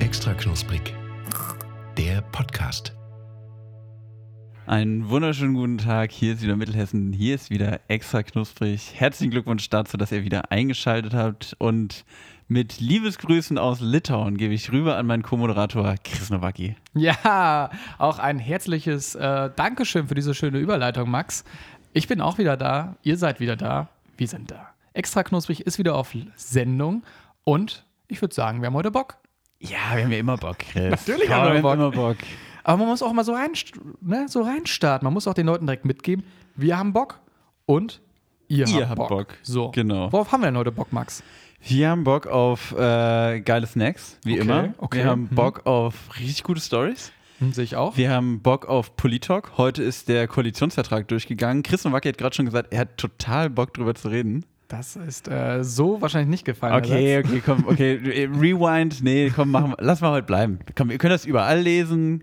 Extra knusprig. Der Podcast. Einen wunderschönen guten Tag. Hier ist wieder Mittelhessen. Hier ist wieder extra knusprig. Herzlichen Glückwunsch dazu, dass ihr wieder eingeschaltet habt. Und mit Liebesgrüßen aus Litauen gebe ich rüber an meinen Co-Moderator Chris Nowacki. Ja, auch ein herzliches äh, Dankeschön für diese schöne Überleitung, Max. Ich bin auch wieder da, ihr seid wieder da, wir sind da. Extra knusprig ist wieder auf Sendung und ich würde sagen, wir haben heute Bock. Ja, wir haben ja immer Bock, Chris. Natürlich Komm, haben wir Bock. immer Bock. Aber man muss auch mal so, rein, ne, so reinstarten. Man muss auch den Leuten direkt mitgeben, wir haben Bock und ihr, Ihr habt, habt Bock. Bock. So. Genau. Worauf haben wir denn heute Bock, Max? Wir haben Bock auf äh, geile Snacks, wie Okay, immer. okay. Wir haben Mhm. Bock auf richtig gute Stories. Hm, Sehe ich auch. Wir haben Bock auf Politalk. Heute ist der Koalitionsvertrag durchgegangen. Chris Nowacki hat gerade schon gesagt, er hat total Bock drüber zu reden. Das ist äh, so wahrscheinlich nicht gefallen. Okay, okay, komm, okay. Re- Rewind, nee, komm, machen wir, lass mal heute bleiben. Komm, ihr könnt das überall lesen.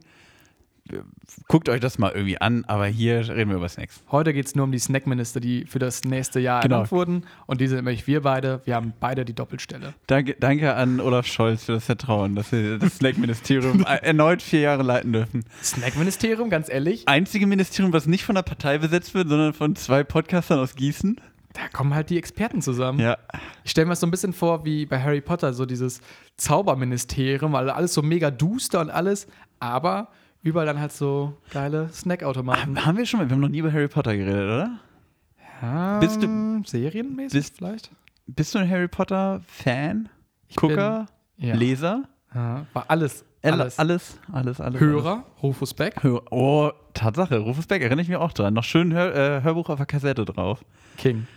Guckt euch das mal irgendwie an, aber hier reden wir über Snacks. Heute geht es nur um die Snackminister, die für das nächste Jahr Genau. ernannt wurden. Und die sind nämlich wir beide. Wir haben beide die Doppelstelle. Danke, danke an Olaf Scholz für das Vertrauen, dass wir das Snack-Ministerium erneut vier Jahre leiten dürfen. Snackministerium, ganz ehrlich, Einzige Ministerium, was nicht von der Partei besetzt wird, sondern von zwei Podcastern aus Gießen. da kommen halt die Experten zusammen. Ja. Ich stelle mir das so ein bisschen vor wie bei Harry Potter, so dieses Zauberministerium, weil alles so mega duster und alles, aber überall dann halt so geile Snackautomaten. Haben wir schon mal, wir haben noch nie über Harry Potter geredet, oder? Ähm, bist serienmäßig bist- vielleicht? Bist du ein Harry Potter-Fan? Gucker? Ja. Leser? Ja, war alles, Alles. alles. Alles, alles, alles. Hörer, Rufus Beck. alles. Hör oh, Tatsache, Rufus Beck, erinnere ich mich auch dran. Noch schön Hör äh, Hörbuch auf der Kassette drauf. King.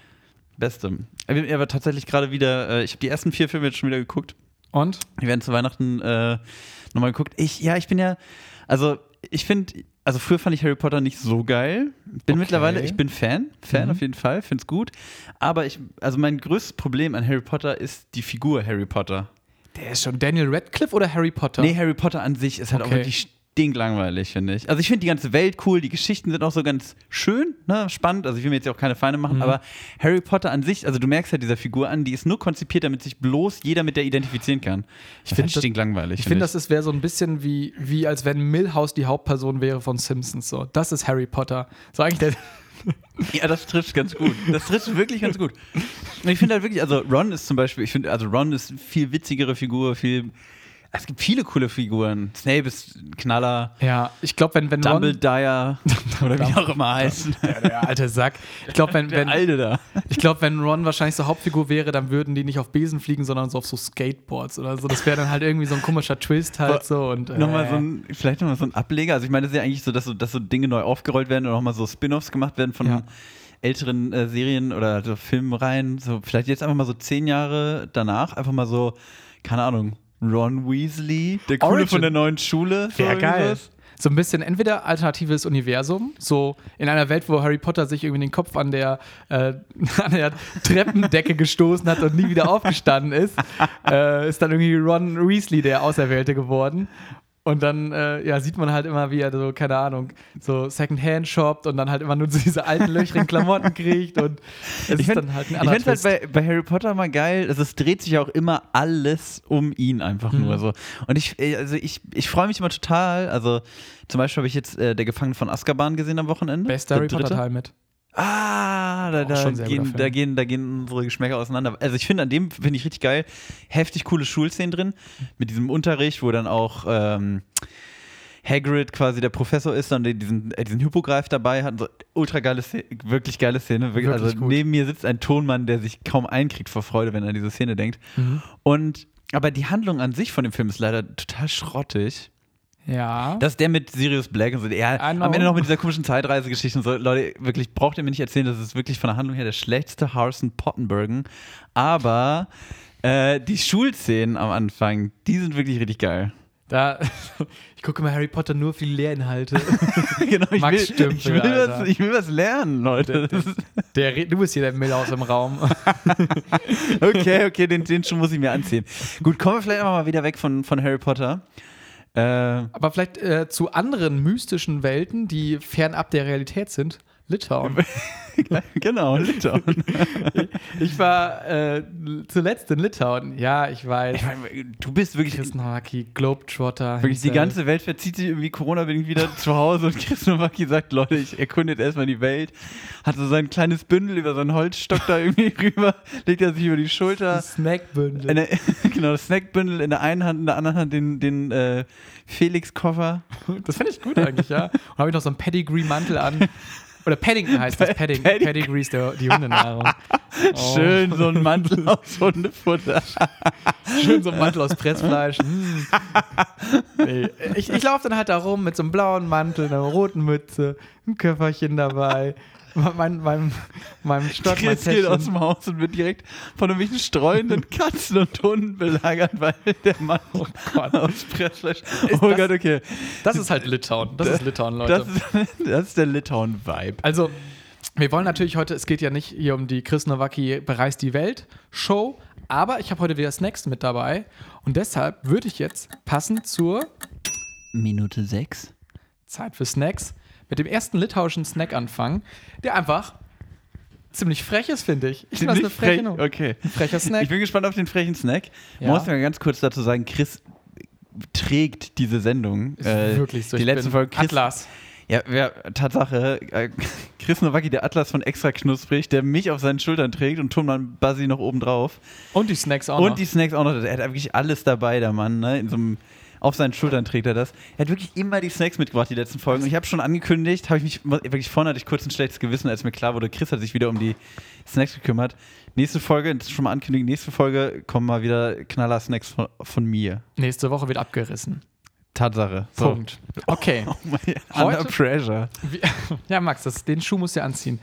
Beste. Er war tatsächlich gerade wieder, äh, ich habe die ersten vier Filme jetzt schon wieder geguckt. Und? Die werden zu Weihnachten äh, nochmal geguckt. Ich, ja, ich bin ja, also ich finde, also früher fand ich Harry Potter nicht so geil. Bin Okay. mittlerweile, ich bin Fan, Fan auf jeden Fall, find's gut. Aber ich, also mein größtes Problem an Harry Potter ist die Figur Harry Potter. Der ist schon Daniel Radcliffe oder Harry Potter? Nee, Harry Potter an sich ist halt auch Okay. wirklich stinklangweilig, finde ich. Also ich finde die ganze Welt cool, die Geschichten sind auch so ganz schön, ne, spannend. Also ich will mir jetzt ja auch keine Feinde Mhm. machen, aber Harry Potter an sich, also du merkst halt dieser Figur an, die ist nur konzipiert, damit sich bloß jeder mit der identifizieren kann. Ich finde heißt, das- stinklangweilig. Ich finde, das ist- wäre so ein bisschen wie, wie, als wenn Milhouse die Hauptperson wäre von Simpsons. So, das ist Harry Potter. So eigentlich der, Ja, das trifft ganz gut. Das trifft wirklich ganz gut. Und ich finde halt wirklich, also Ron ist zum Beispiel, ich finde, also Ron ist viel witzigere Figur, viel. Es gibt viele coole Figuren. Snape ist ein Knaller, ja, ich glaube, wenn, wenn Ron, Dumbledore oder wie auch immer heißt. ja, der alte Sack, ich glaube, wenn, Der wenn, Alte da. ich glaub, wenn Ron wahrscheinlich so Hauptfigur wäre, dann würden die nicht auf Besen fliegen, sondern so auf so Skateboards oder so. Das wäre dann halt irgendwie so ein komischer Twist halt so und äh, Nochmal so ein, vielleicht nochmal so ein Ableger. Also ich meine, das ist ja eigentlich so, dass so, dass so Dinge neu aufgerollt werden oder nochmal so Spin-Offs gemacht werden von Ja. älteren äh, Serien oder so Filmreihen. So vielleicht jetzt einfach mal so zehn Jahre danach, einfach mal so, keine Ahnung, Ron Weasley, der Coole Origin. von der neuen Schule. so Wär irgendwie geil. sowas. So ein bisschen entweder alternatives Universum, so in einer Welt, wo Harry Potter sich irgendwie den Kopf an der, äh, an der Treppendecke gestoßen hat und nie wieder aufgestanden ist, äh, ist dann irgendwie Ron Weasley der Auserwählte geworden. Und dann äh, ja, sieht man halt immer, wie er so, keine Ahnung, so Secondhand shoppt und dann halt immer nur so diese alten, löchrigen Klamotten kriegt. Und es Ich ist fände dann halt ein anderer es halt Twist. bei, bei Harry Potter mal geil, also es dreht sich ja auch immer alles um ihn einfach Mhm. nur so. Und ich, äh, also ich, ich freue mich immer total, also zum Beispiel habe ich jetzt äh, Der Gefangene von Azkaban gesehen am Wochenende. Bester Der Harry dritte. Potter-Teil mit. Ah, da, Auch da, schon sehr guter gehen, Film. da, gehen, da gehen unsere Geschmäcker auseinander. Also ich finde, an dem finde ich richtig geil. Heftig coole Schulszenen drin. Mit diesem Unterricht, wo dann auch ähm, Hagrid quasi der Professor ist und diesen, äh, diesen Hippogreif dabei hat. und So, ultra geile Szene, wirklich geile Szene. Wirklich, Wirklich also gut. neben mir sitzt ein Tonmann, der sich kaum einkriegt vor Freude, wenn er an diese Szene denkt. Mhm. Und aber die Handlung an sich von dem Film ist leider total schrottig. Ja. Dass der mit Sirius Black und so, ja, I know. am Ende noch mit dieser komischen Zeitreisegeschichte und so, Leute, wirklich, braucht ihr mir nicht erzählen, das ist wirklich von der Handlung her der schlechteste Harrison Pottenbergen. Aber äh, die Schulszenen am Anfang, die sind wirklich richtig geil. Da, ich gucke mal Harry Potter nur für die Lehrinhalte. genau, ich Max will, Stümpel, ich, will was, Alter. ich will was lernen, Leute. Das ist, Der, Re- du bist hier der Milhouse im Raum. okay, okay, den, den schon muss ich mir anziehen. Gut, kommen wir vielleicht einfach mal wieder weg von, von Harry Potter. Äh, Aber vielleicht äh, zu anderen mystischen Welten, die fernab der Realität sind. Litauen. genau, Litauen. Ich war äh, zuletzt in Litauen. Ja, ich weiß. Ich mein, du bist wirklich, Christenhockey, Globetrotter. wirklich die Hensel. ganze Welt verzieht sich irgendwie Corona-bedingt wieder zu Hause und Chris Nowacki sagt, Leute, ich erkunde jetzt erstmal die Welt. Hat so sein kleines Bündel über so einen Holzstock da irgendwie rüber, legt er sich über die Schulter. Snackbündel. In der, genau, das Snackbündel in der einen Hand, in der anderen Hand den, den äh, Felix-Koffer. Das finde ich gut eigentlich, ja. Und habe ich noch so einen Pedigree-Mantel an. Oder Paddington heißt das. Padding. Padding- Pedigree ist der, die Hundenahrung. Oh. Schön, so ein Mantel aus Hundefutter. Schön so ein Mantel aus Pressfleisch. Mm. Nee. Ich, ich laufe dann halt da rum mit so einem blauen Mantel, einer roten Mütze, einem Köfferchen dabei, mein, mein, meinem Stock, mein Chris geht aus Täschchen. dem Haus und wird direkt von irgendwelchen streunenden Katzen und Hunden belagert, weil der Mann oh Gott. aus Pressfleisch. Oh das- Gott, okay. Das ist halt Litauen. Das ist Litauen, Leute. Das ist, das ist der Litauen-Vibe. Also, wir wollen natürlich heute, es geht ja nicht hier um die Chris Nowacki bereist die Welt Show, aber ich habe heute wieder Snacks mit dabei und deshalb würde ich jetzt passend zur Minute 6. Zeit für Snacks mit dem ersten litauischen Snack anfangen, der einfach ziemlich frech ist, finde ich. Ich finde das eine freche Nummer. Okay. Ein frecher Snack. Ich bin gespannt auf den frechen Snack. Ja. Muss mal ganz kurz dazu sagen, Chris trägt diese Sendung. ist Äh, wirklich so. Die ich letzte bin Folge Chris, Atlas. Ja, ja, Tatsache, äh, Chris Nowacki, der Atlas von Extra Knusprig, der mich auf seinen Schultern trägt und Thomann Bassi noch oben drauf. Und die Snacks auch noch. Und die Snacks auch noch. Er hat wirklich alles dabei, der Mann. Ne? In so einem, auf seinen Schultern trägt er das. Er hat wirklich immer die Snacks mitgebracht, die letzten Folgen. Und ich habe schon angekündigt, habe ich mich wirklich vorne hatte ich kurz ein schlechtes Gewissen, als mir klar wurde, Chris hat sich wieder um die Snacks gekümmert. Nächste Folge, das ist schon mal ankündigen, nächste Folge kommen mal wieder Knaller-Snacks von, von mir. Nächste Woche wird abgerissen. Tatsache. Punkt. Okay. Under Heute- pressure. Wir, ja, Max, das, den Schuh musst du ja anziehen.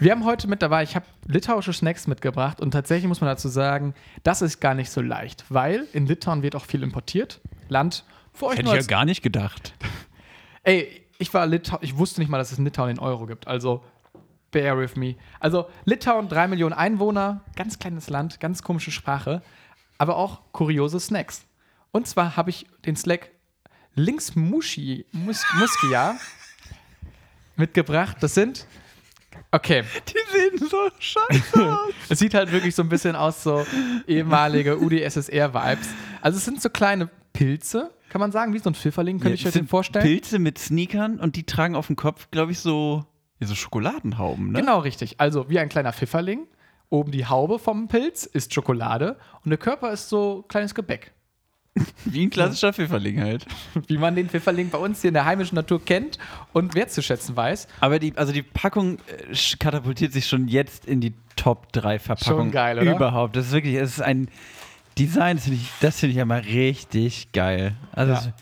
Wir haben heute mit dabei, ich habe litauische Snacks mitgebracht und tatsächlich muss man dazu sagen, das ist gar nicht so leicht, weil in Litauen wird auch viel importiert. Land für euch nur als, gar nicht gedacht. Ey, ich war Litau ich wusste nicht mal, dass es in Litauen den Euro gibt, also bear with me. Also Litauen, drei Millionen Einwohner, ganz kleines Land, ganz komische Sprache, aber auch kuriose Snacks. Und zwar habe ich den Slack links Mushi, Mus Muskia mitgebracht. Das sind, okay, Die sehen so scheiße aus. es sieht halt wirklich so ein bisschen aus, so ehemalige UdSSR-Vibes. Also es sind so kleine Pilze, kann man sagen, wie so ein Pfifferling, könnte ich das euch den sind vorstellen. Pilze mit Sneakern und die tragen auf dem Kopf, glaube ich, so, ja, so Schokoladenhauben, ne? Genau, richtig. Also wie ein kleiner Pfifferling. Oben die Haube vom Pilz ist Schokolade und der Körper ist so kleines Gebäck. Wie ein klassischer Pfifferling halt. Wie man den Pfifferling bei uns hier in der heimischen Natur kennt und wertzuschätzen weiß. Aber die, also die Packung äh, sch- katapultiert sich schon jetzt in die Top 3 Verpackung. Schon geil, oder? Überhaupt. Das ist wirklich, es ist ein Design, das finde ich, das finde ich ja mal richtig geil. Also Ja.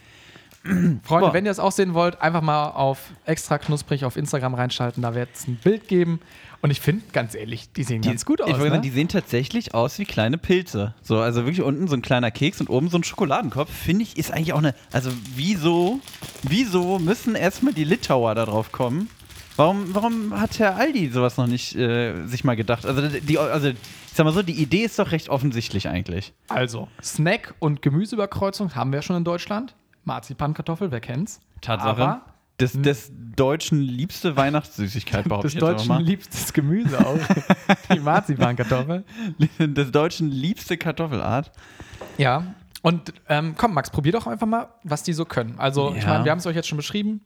Freunde, Boah. wenn ihr das auch sehen wollt, einfach mal auf extra knusprig auf Instagram reinschalten. Da wird es ein Bild geben. Und ich finde, ganz ehrlich, die sehen ganz gut aus. Ich wollte ne? sagen, die sehen tatsächlich aus wie kleine Pilze. So, also wirklich unten so ein kleiner Keks und oben so ein Schokoladenkopf. Finde ich, ist eigentlich auch eine. Also, wieso, wieso müssen erstmal die Litauer da drauf kommen? Warum, warum hat Herr Aldi sowas noch nicht äh, sich mal gedacht? Also, die, also, ich sag mal so, die Idee ist doch recht offensichtlich eigentlich. Also, Snack- und Gemüseüberkreuzung haben wir ja schon in Deutschland. Marzipankartoffel, wer kennt's? Aber Des, des deutschen liebste Weihnachtssüßigkeit behaupte Hm. ich des jetzt einfach Deutschen liebstes Gemüse auch. die Marzipankartoffel. mal. Des deutschen liebste Kartoffelart. Ja. Und ähm, komm, Max, probier doch einfach mal, was die so können. Also, ich Ja. meine, wir haben es euch jetzt schon beschrieben.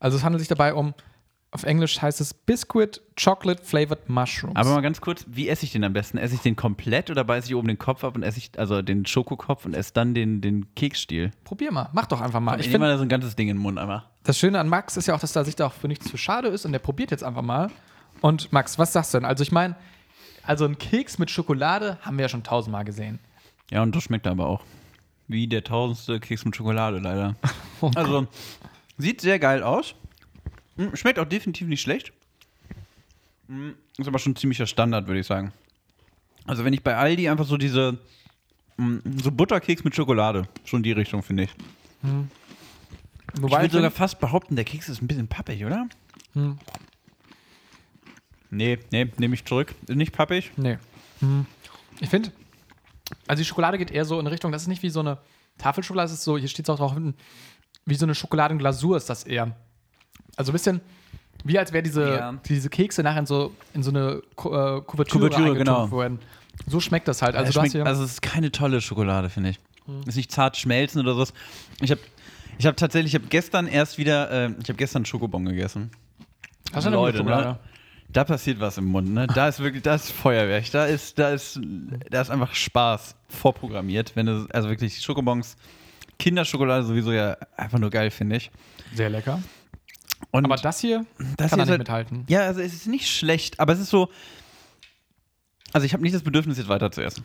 Also, es handelt sich dabei um, auf Englisch heißt es Biscuit Chocolate Flavored Mushrooms. Aber mal ganz kurz, wie esse ich den am besten? Esse ich den komplett oder beiße ich oben den Kopf ab und esse ich, also den Schokokopf und esse dann den, den Keksstiel? probier mal, mach doch einfach mal. Ich Ich nehme finde, mal so ein ganzes Ding in den Mund einmal. das Schöne an Max ist ja auch, dass er sich da auch für nichts zu schade ist und der probiert jetzt einfach mal. Und Max, was sagst du denn? Also, ich meine, also ein Keks mit Schokolade haben wir ja schon tausendmal gesehen. Ja, und das schmeckt aber auch. Wie der tausendste Keks mit Schokolade leider. Oh Gott. Also, sieht sehr geil aus. Hm, Schmeckt auch definitiv nicht schlecht. Hm, Ist aber schon ein ziemlicher Standard, würde ich sagen. Also, wenn ich bei Aldi einfach so diese, hm, so Butterkeks mit Schokolade, schon die Richtung, finde ich. Wobei ich würde sogar fast behaupten, der Keks ist ein bisschen pappig, oder? Hm. Nee, nee, nehme ich zurück. Ist Nicht pappig. Mhm. Nee. Ich finde, also die Schokolade geht eher so in Richtung, das ist nicht wie so eine Tafelschokolade ist es so, hier steht es auch drauf hinten, wie so eine Schokoladenglasur ist das eher. Also ein bisschen wie als wäre diese, Ja. diese Kekse nachher in so, in so eine Ku- äh, Kuvertüre, Kuvertüre, eingetunked genau. worden. So schmeckt das halt. Also, Hm. Also, du hast schmeckt, hier, also es ist keine tolle Schokolade, finde ich. Ist nicht zart schmelzen oder sowas. Ich habe ich hab tatsächlich, ich habe gestern erst wieder, äh, ich habe gestern Schokobon gegessen. hast du eine gute Schokolade? ne? Da passiert was im Mund, ne? Da ist wirklich, da ist Feuerwerk, da ist, da ist, da ist einfach Spaß vorprogrammiert. Wenn du, also wirklich Schokobons, Kinderschokolade sowieso ja einfach nur geil, finde ich. Sehr lecker. Und Aber das hier das hier ist kann er nicht halt- mithalten. Ja, also es ist nicht schlecht, aber es ist so. Also ich habe nicht das Bedürfnis, jetzt weiter zu essen.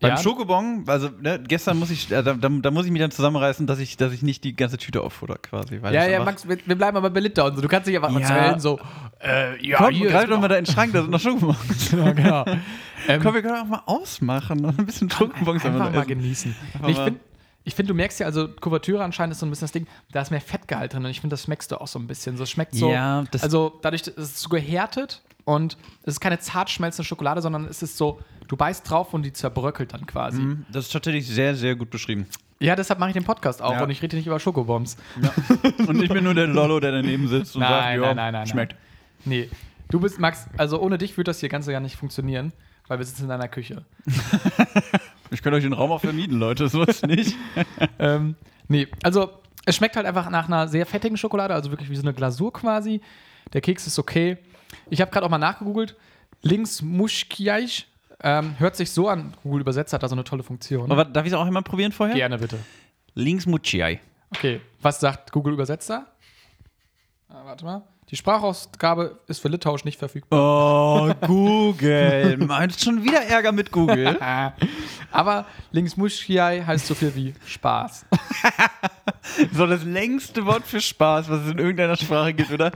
Beim Ja. Schokobon, also ne, gestern muss ich, äh, da, da, da muss ich mich dann zusammenreißen, dass ich, dass ich nicht die ganze Tüte auffutter quasi. weil Ja, es ja, einfach- Max, wir, wir bleiben aber bei Litauen. So. Du kannst dich einfach Ja. erzählen, so, äh, ja, Komm, hier greif ist doch noch- mal da in den Schrank, da sind noch Schokobons. Ja, genau. Ähm, Komm, wir können auch mal ausmachen und ein bisschen Schokobons einfach noch mal essen. genießen. Einfach Nee, ich mal- finde, ich find, du merkst ja, also Kuvertüre anscheinend ist so ein bisschen das Ding, da ist mehr Fettgehalt drin und ich finde, das schmeckst du auch so ein bisschen. So es schmeckt so, Ja, das- also dadurch ist es so gehärtet und es ist keine zart schmelzende Schokolade, sondern es ist so, du beißt drauf und die zerbröckelt dann quasi. Mhm, Das ist tatsächlich sehr, sehr gut beschrieben. Ja, deshalb mache ich den Podcast auch Ja. und ich rede nicht über Schokobombs. Und ich bin nur der Lollo, der daneben sitzt und Nein, sagt, ja, nein, nein, nein, schmeckt. Nee, du bist, Max, also ohne dich würde das hier Ganze gar nicht funktionieren, weil wir sitzen in deiner Küche. Ich könnte euch den Raum auch vermieden, Leute, so ist nicht. Ähm, nee, also es schmeckt halt einfach nach einer sehr fettigen Schokolade, also wirklich wie so eine Glasur quasi. Der Keks ist okay. Ich habe gerade auch mal nachgegoogelt. Links Muschkiaj ähm, hört sich so an. Google Übersetzer hat da so eine tolle Funktion. Aber darf ich es auch einmal probieren vorher? Gerne bitte. Links Mutschiai. Okay, was sagt Google Übersetzer? Ah, warte mal. Die Sprachausgabe ist für Litauisch nicht verfügbar. Oh, Google. Meinst schon wieder Ärger mit Google? Ah. Aber links Muschkiaj heißt so viel wie Spaß. So das längste Wort für Spaß, was es in irgendeiner Sprache gibt, oder?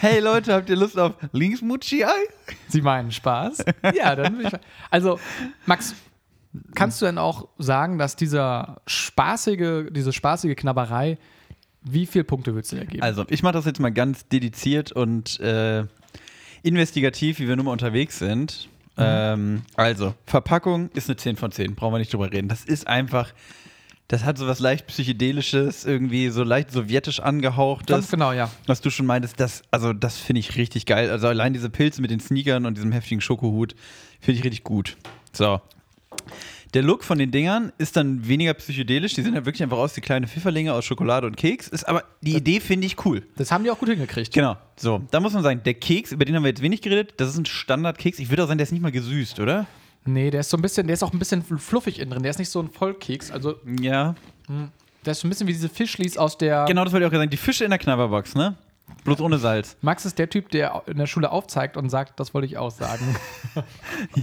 Hey Leute, habt ihr Lust auf Links Mutschi Ei? Sie meinen Spaß? Ja, dann will ich. Also, Max, kannst du denn auch sagen, dass dieser spaßige, diese spaßige Knabberei, wie viele Punkte würdest du dir geben? Also, ich mache das jetzt mal ganz dediziert und äh, investigativ, wie wir nun mal unterwegs sind. Ähm, also, Verpackung ist eine 10 von 10, brauchen wir nicht drüber reden. Das ist einfach, das hat so was leicht psychedelisches, irgendwie so leicht sowjetisch Ganz angehauchtes. genau, ja. Was du schon meintest, das, also das finde ich richtig geil. Also allein diese Pilze mit den Sneakern und diesem heftigen Schokohut finde ich richtig gut. So. Der Look von den Dingern ist dann weniger psychedelisch. Die sehen ja wirklich einfach aus wie kleine Pfifferlinge aus Schokolade und Keks. Ist aber die Idee finde ich cool. Das haben die auch gut hingekriegt. Genau. So, da muss man sagen, der Keks, über den haben wir jetzt wenig geredet, das ist ein Standardkeks. Ich würde auch sagen, der ist nicht mal gesüßt, oder? Nee, der ist so ein bisschen, der ist auch ein bisschen fluffig innen drin. Der ist nicht so ein Vollkeks. Also, Ja. der ist so ein bisschen wie diese Fischlis aus der. Genau, das wollte ich auch sagen. Die Fische in der Knabberbox, ne? Bloß ohne Salz. Max ist der Typ, der in der Schule aufzeigt und sagt, das wollte ich auch sagen.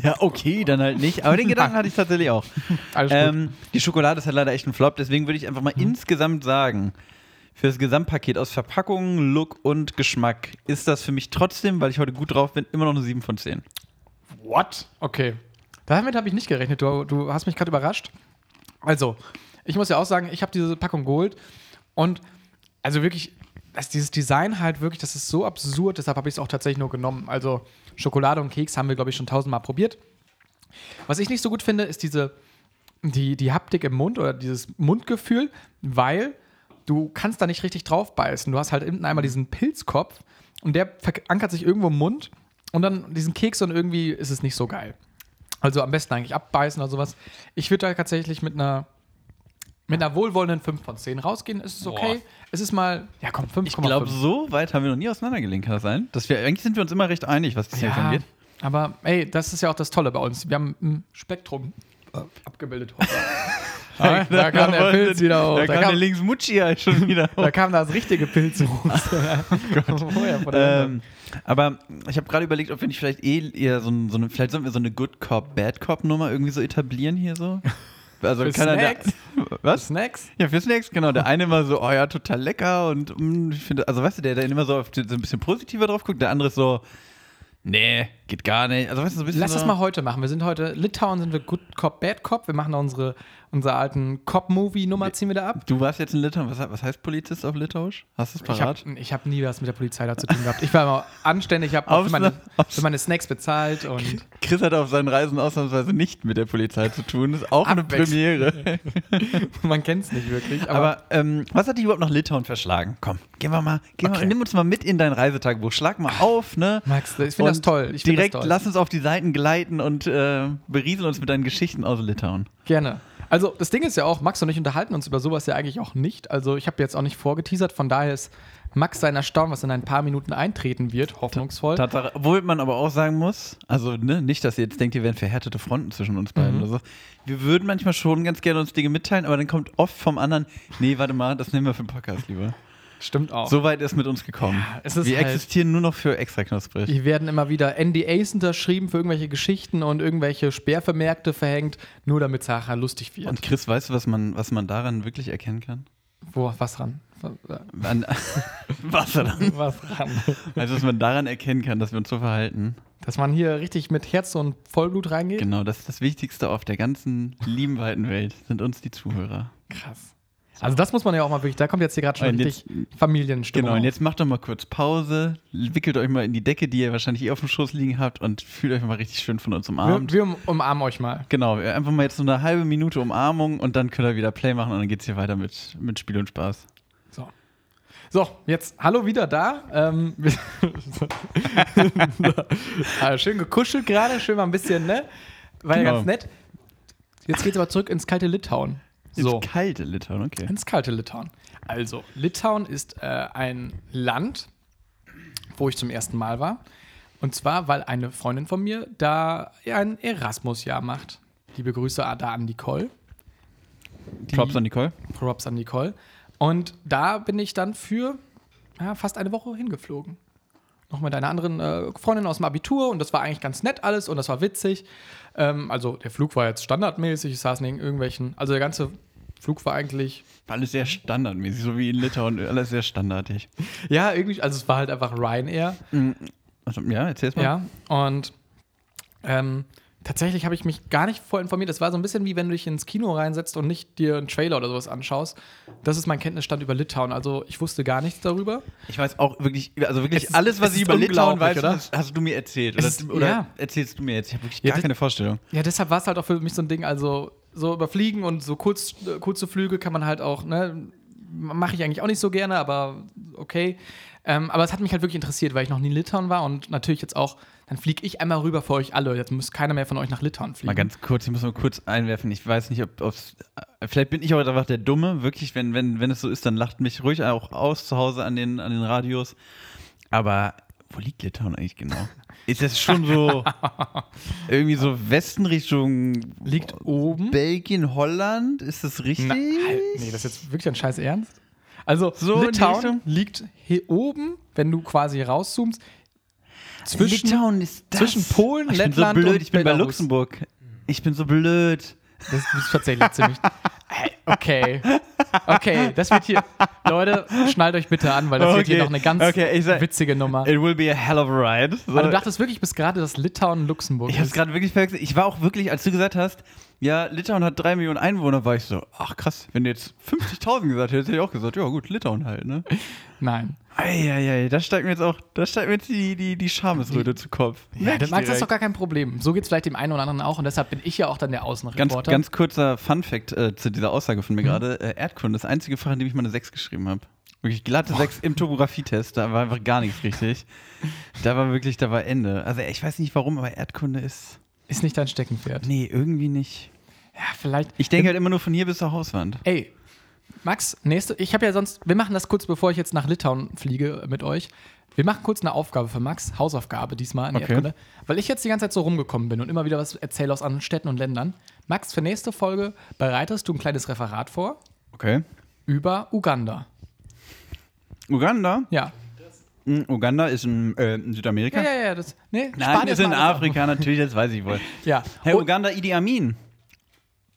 Ja, okay, dann halt nicht. Aber den Gedanken hatte ich tatsächlich auch. Alles gut. Mhm. Ähm, die Schokolade ist halt leider echt ein Flop, deswegen würde ich einfach mal insgesamt sagen, für das Gesamtpaket aus Verpackung, Look und Geschmack ist das für mich trotzdem, weil ich heute gut drauf bin, immer noch eine 7 von 10. What? Okay. Damit habe ich nicht gerechnet. Du, du hast mich gerade überrascht. Also, ich muss ja auch sagen, ich habe diese Packung geholt und also wirklich, dass dieses Design halt wirklich, das ist so absurd, deshalb habe ich es auch tatsächlich nur genommen. Also, Schokolade und Keks haben wir, glaube ich, schon tausendmal probiert. Was ich nicht so gut finde, ist diese, die, die Haptik im Mund oder dieses Mundgefühl, weil du kannst da nicht richtig drauf beißen. Du hast halt hinten einmal diesen Pilzkopf und der verankert sich irgendwo im Mund und dann diesen Keks und irgendwie ist es nicht so geil. Also am besten eigentlich abbeißen oder sowas. Ich würde da tatsächlich mit einer mit einer wohlwollenden 5 von 10 rausgehen. Es ist okay. Boah. Es ist mal, ja komm, 5,5. Ich glaube, so weit haben wir noch nie auseinandergelegt, kann das sein? Dass wir, eigentlich sind wir uns immer recht einig, was das hier ja, angeht. aber ey, das ist ja auch das Tolle bei uns. Wir haben ein Spektrum äh, abgebildet. da, da kam der wollte- Pilz wieder hoch. Da, kam der links Mutschi halt schon wieder hoch. Oh Da kam das richtige Pilz hoch. Vorher von der Ähm, aber ich habe gerade überlegt, ob wir nicht vielleicht eh eher so, ein- so eine, vielleicht sollten wir so eine Good Cop, Bad Cop Nummer irgendwie so etablieren hier so. Also Für keiner der- Snacks. Was? Snacks? Ja, für Snacks, genau. Der eine immer so, oh ja, total lecker und mm, ich finde, also weißt du, der, der immer so, auf, so ein bisschen positiver drauf guckt, der andere ist so, nee, geht gar nicht. Also weißt du, so ein bisschen. Lass so, das mal heute machen. Wir sind heute, Litauen sind wir Good Cop, Bad Cop. Wir machen da unsere, unsere alten Cop-Movie-Nummer, ziehen wir da ab. Du warst jetzt in Litauen, was, was heißt Polizist auf Litauisch? Hast du es Ich habe parat? hab nie was mit der Polizei da zu tun gehabt. Ich war immer anständig, ich habe Aufs- für meine, aufs- für meine Snacks bezahlt und Chris hat auf seinen Reisen ausnahmsweise nicht mit der Polizei zu tun. Ist auch eine Abwechslung. Premiere. Man kennt es nicht wirklich. Aber, Aber ähm, was hat dich überhaupt nach Litauen verschlagen? Komm, gehen wir mal, gehen wir, Okay. nimm uns mal mit in dein Reisetagebuch. Schlag mal auf, ne? Max, ich finde das Und toll. Ich find direkt das toll. lass uns auf die Seiten gleiten und äh, berieseln uns mit deinen Geschichten aus Litauen. Gerne. Also das Ding ist ja auch, Max und ich unterhalten uns über sowas ja eigentlich auch nicht. Also ich habe jetzt auch nicht vorgeteasert, von daher ist Max sein Erstaunen, was in ein paar Minuten eintreten wird, hoffnungsvoll. Tatsache, obwohl man aber auch sagen muss, also ne, nicht, dass ihr jetzt denkt, hier wären verhärtete Fronten zwischen uns beiden Mhm. oder so. Wir würden manchmal schon ganz gerne uns Dinge mitteilen, aber dann kommt oft vom anderen, nee, warte mal, das nehmen wir für den Podcast lieber. Stimmt auch. So weit ist mit uns gekommen. Oh. es ist wir halt- existieren nur noch für extra knusprig. Hier werden immer wieder NDAs unterschrieben für irgendwelche Geschichten und irgendwelche Sperrvermärkte verhängt, nur damit Sacha lustig wird. Und Chris, weißt du, was man, was man daran wirklich erkennen kann? Wo, äh, was ran? An, was daran? Was ran? Also, was man daran erkennen kann, dass wir uns so verhalten. Dass man hier richtig mit Herz und Vollblut reingeht? Genau, das ist das Wichtigste auf der ganzen lieben weiten Welt, sind uns die Zuhörer. Krass. Also das muss man ja auch mal wirklich, da kommt Äh, jetzt hier gerade schon Und richtig Familienstimmung. Genau, und auf. jetzt macht doch mal kurz Pause, wickelt euch mal in die Decke, die ihr wahrscheinlich eh auf dem Schoß liegen habt und fühlt euch mal richtig schön von uns wir, umarmt. wir um- umarmen euch mal. genau, einfach mal jetzt so eine halbe Minute Umarmung und dann könnt ihr wieder Play machen und dann geht's hier weiter mit, mit Spiel und Spaß. So. So, jetzt hallo wieder da. Ähm, wir- Ah, schön gekuschelt gerade, schön mal ein bisschen, ne? War ja Genau. ganz nett. Jetzt geht's aber zurück ins kalte Litauen. So. Ist kalt, in Litauen, okay. Ins kalte Litauen. Also, Litauen ist äh, ein Land, wo ich zum ersten Mal war. Und zwar, weil eine Freundin von mir da ein Erasmus-Jahr macht. Liebe Grüße da an Nicole. Die- Props an Nicole. Props an Nicole. Und da bin ich dann für ja, fast eine Woche hingeflogen. Noch mit einer anderen äh, Freundin aus dem Abitur und das war eigentlich ganz nett alles und das war witzig. Ähm, also der Flug war jetzt standardmäßig, ich saß neben irgendwelchen, also der ganze Flug war eigentlich, Alles sehr standardmäßig, so wie in Litauen, alles sehr standardig. ja, irgendwie, also es war halt einfach Ryanair. Also, ja, erzähl's mal. Ja, und ähm, tatsächlich habe ich mich gar nicht voll informiert. Das war so ein bisschen wie wenn du dich ins Kino reinsetzt und nicht dir einen Trailer oder sowas anschaust. Das ist mein Kenntnisstand über Litauen. Also ich wusste gar nichts darüber. Ich weiß auch wirklich, also wirklich Es ist- alles, was es ich ist über Litauen unglaublich, weiß, oder? hast, hast du mir erzählt. Oder, Es ist- oder ja. erzählst du mir jetzt. Ich habe wirklich Ja, gar das- keine Vorstellung. Ja, deshalb war es halt auch für mich so ein Ding, also so überfliegen und so kurz, äh, kurze Flüge kann man halt auch, ne, mache ich eigentlich auch nicht so gerne, aber okay. Ähm, aber es hat mich halt wirklich interessiert, weil ich noch nie in Litauen war und natürlich jetzt auch, dann fliege ich einmal rüber für euch alle. Jetzt muss keiner mehr von euch nach Litauen fliegen. Mal ganz kurz, ich muss mal kurz einwerfen. Ich weiß nicht, ob ob's, äh, vielleicht bin ich auch einfach der Dumme. Wirklich, wenn, wenn, wenn es so ist, dann lacht mich ruhig auch aus zu Hause an den, an den Radios. Aber wo liegt Litauen eigentlich genau? Ist das schon so irgendwie so Westen Richtung Liegt oben. Belgien, Holland? Ist das richtig? Na, halt, nee, das ist jetzt wirklich ein scheiß Ernst. Also, So in die Richtung? Litauen liegt hier oben, wenn du quasi rauszoomst, zwischen. Litauen ist das. zwischen Polen, ich bin Lettland so blöd. und ich bin bei Belarus. Luxemburg. Ich bin so blöd. Das ist tatsächlich ziemlich. Ey, Okay. Okay, das wird hier. Leute, schnallt euch bitte an, weil das wird hier Okay, noch eine ganz okay, ich sag- witzige Nummer. It will be a hell of a ride. So. Ah. Aber du dachtest wirklich bis gerade, dass Litauen Luxemburg Ich hab's ist. gerade wirklich verwechselt. Ich war auch wirklich, als du gesagt hast, ja, Litauen hat drei Millionen Einwohner, war ich so, ach krass, wenn du jetzt 50.000 gesagt hättest, hätte ich auch gesagt, ja gut, Litauen halt, ne? Nein. Eieiei, da steigt mir jetzt auch, da steigt mir jetzt die, die, die Schamesröte zu Kopf. Ja, Merk dann ich Max, das direkt. ist doch gar kein Problem. So geht's vielleicht dem einen oder anderen auch und deshalb bin ich ja auch dann der Ganz, Außenreporter. ganz kurzer Fun-Fact äh, zu dieser Aussage von mir gerade. Äh, Erdkunde, das einzige Fach, in dem ich mal eine 6 geschrieben habe. Wirklich glatte 6 im Topografietest, da war einfach gar nichts richtig. Da war wirklich, da war Ende. Also ich weiß nicht warum, aber Erdkunde ist, ist nicht dein Steckenpferd. nee, irgendwie nicht. Ja, vielleicht. Ich denke halt immer nur von hier bis zur Hauswand. Ey, Max, nächste. Ich habe ja sonst. Wir machen das kurz, bevor ich jetzt nach Litauen fliege mit euch. Wir machen kurz eine Aufgabe für Max, Hausaufgabe diesmal in der Okay. Erdkunde, weil ich jetzt die ganze Zeit so rumgekommen bin und immer wieder was erzähle aus anderen Städten und Ländern. Max, für nächste Folge bereitest du ein kleines Referat vor Okay. über Uganda. Uganda? Ja. Mm, Uganda ist in, äh, in Südamerika. Ja, ja, ja. Das, nee, Nein, spar dir ist das Oh. in mal alles auf. Afrika, natürlich, das weiß ich wohl. Ja. Hey, Und, Uganda, Idi Amin.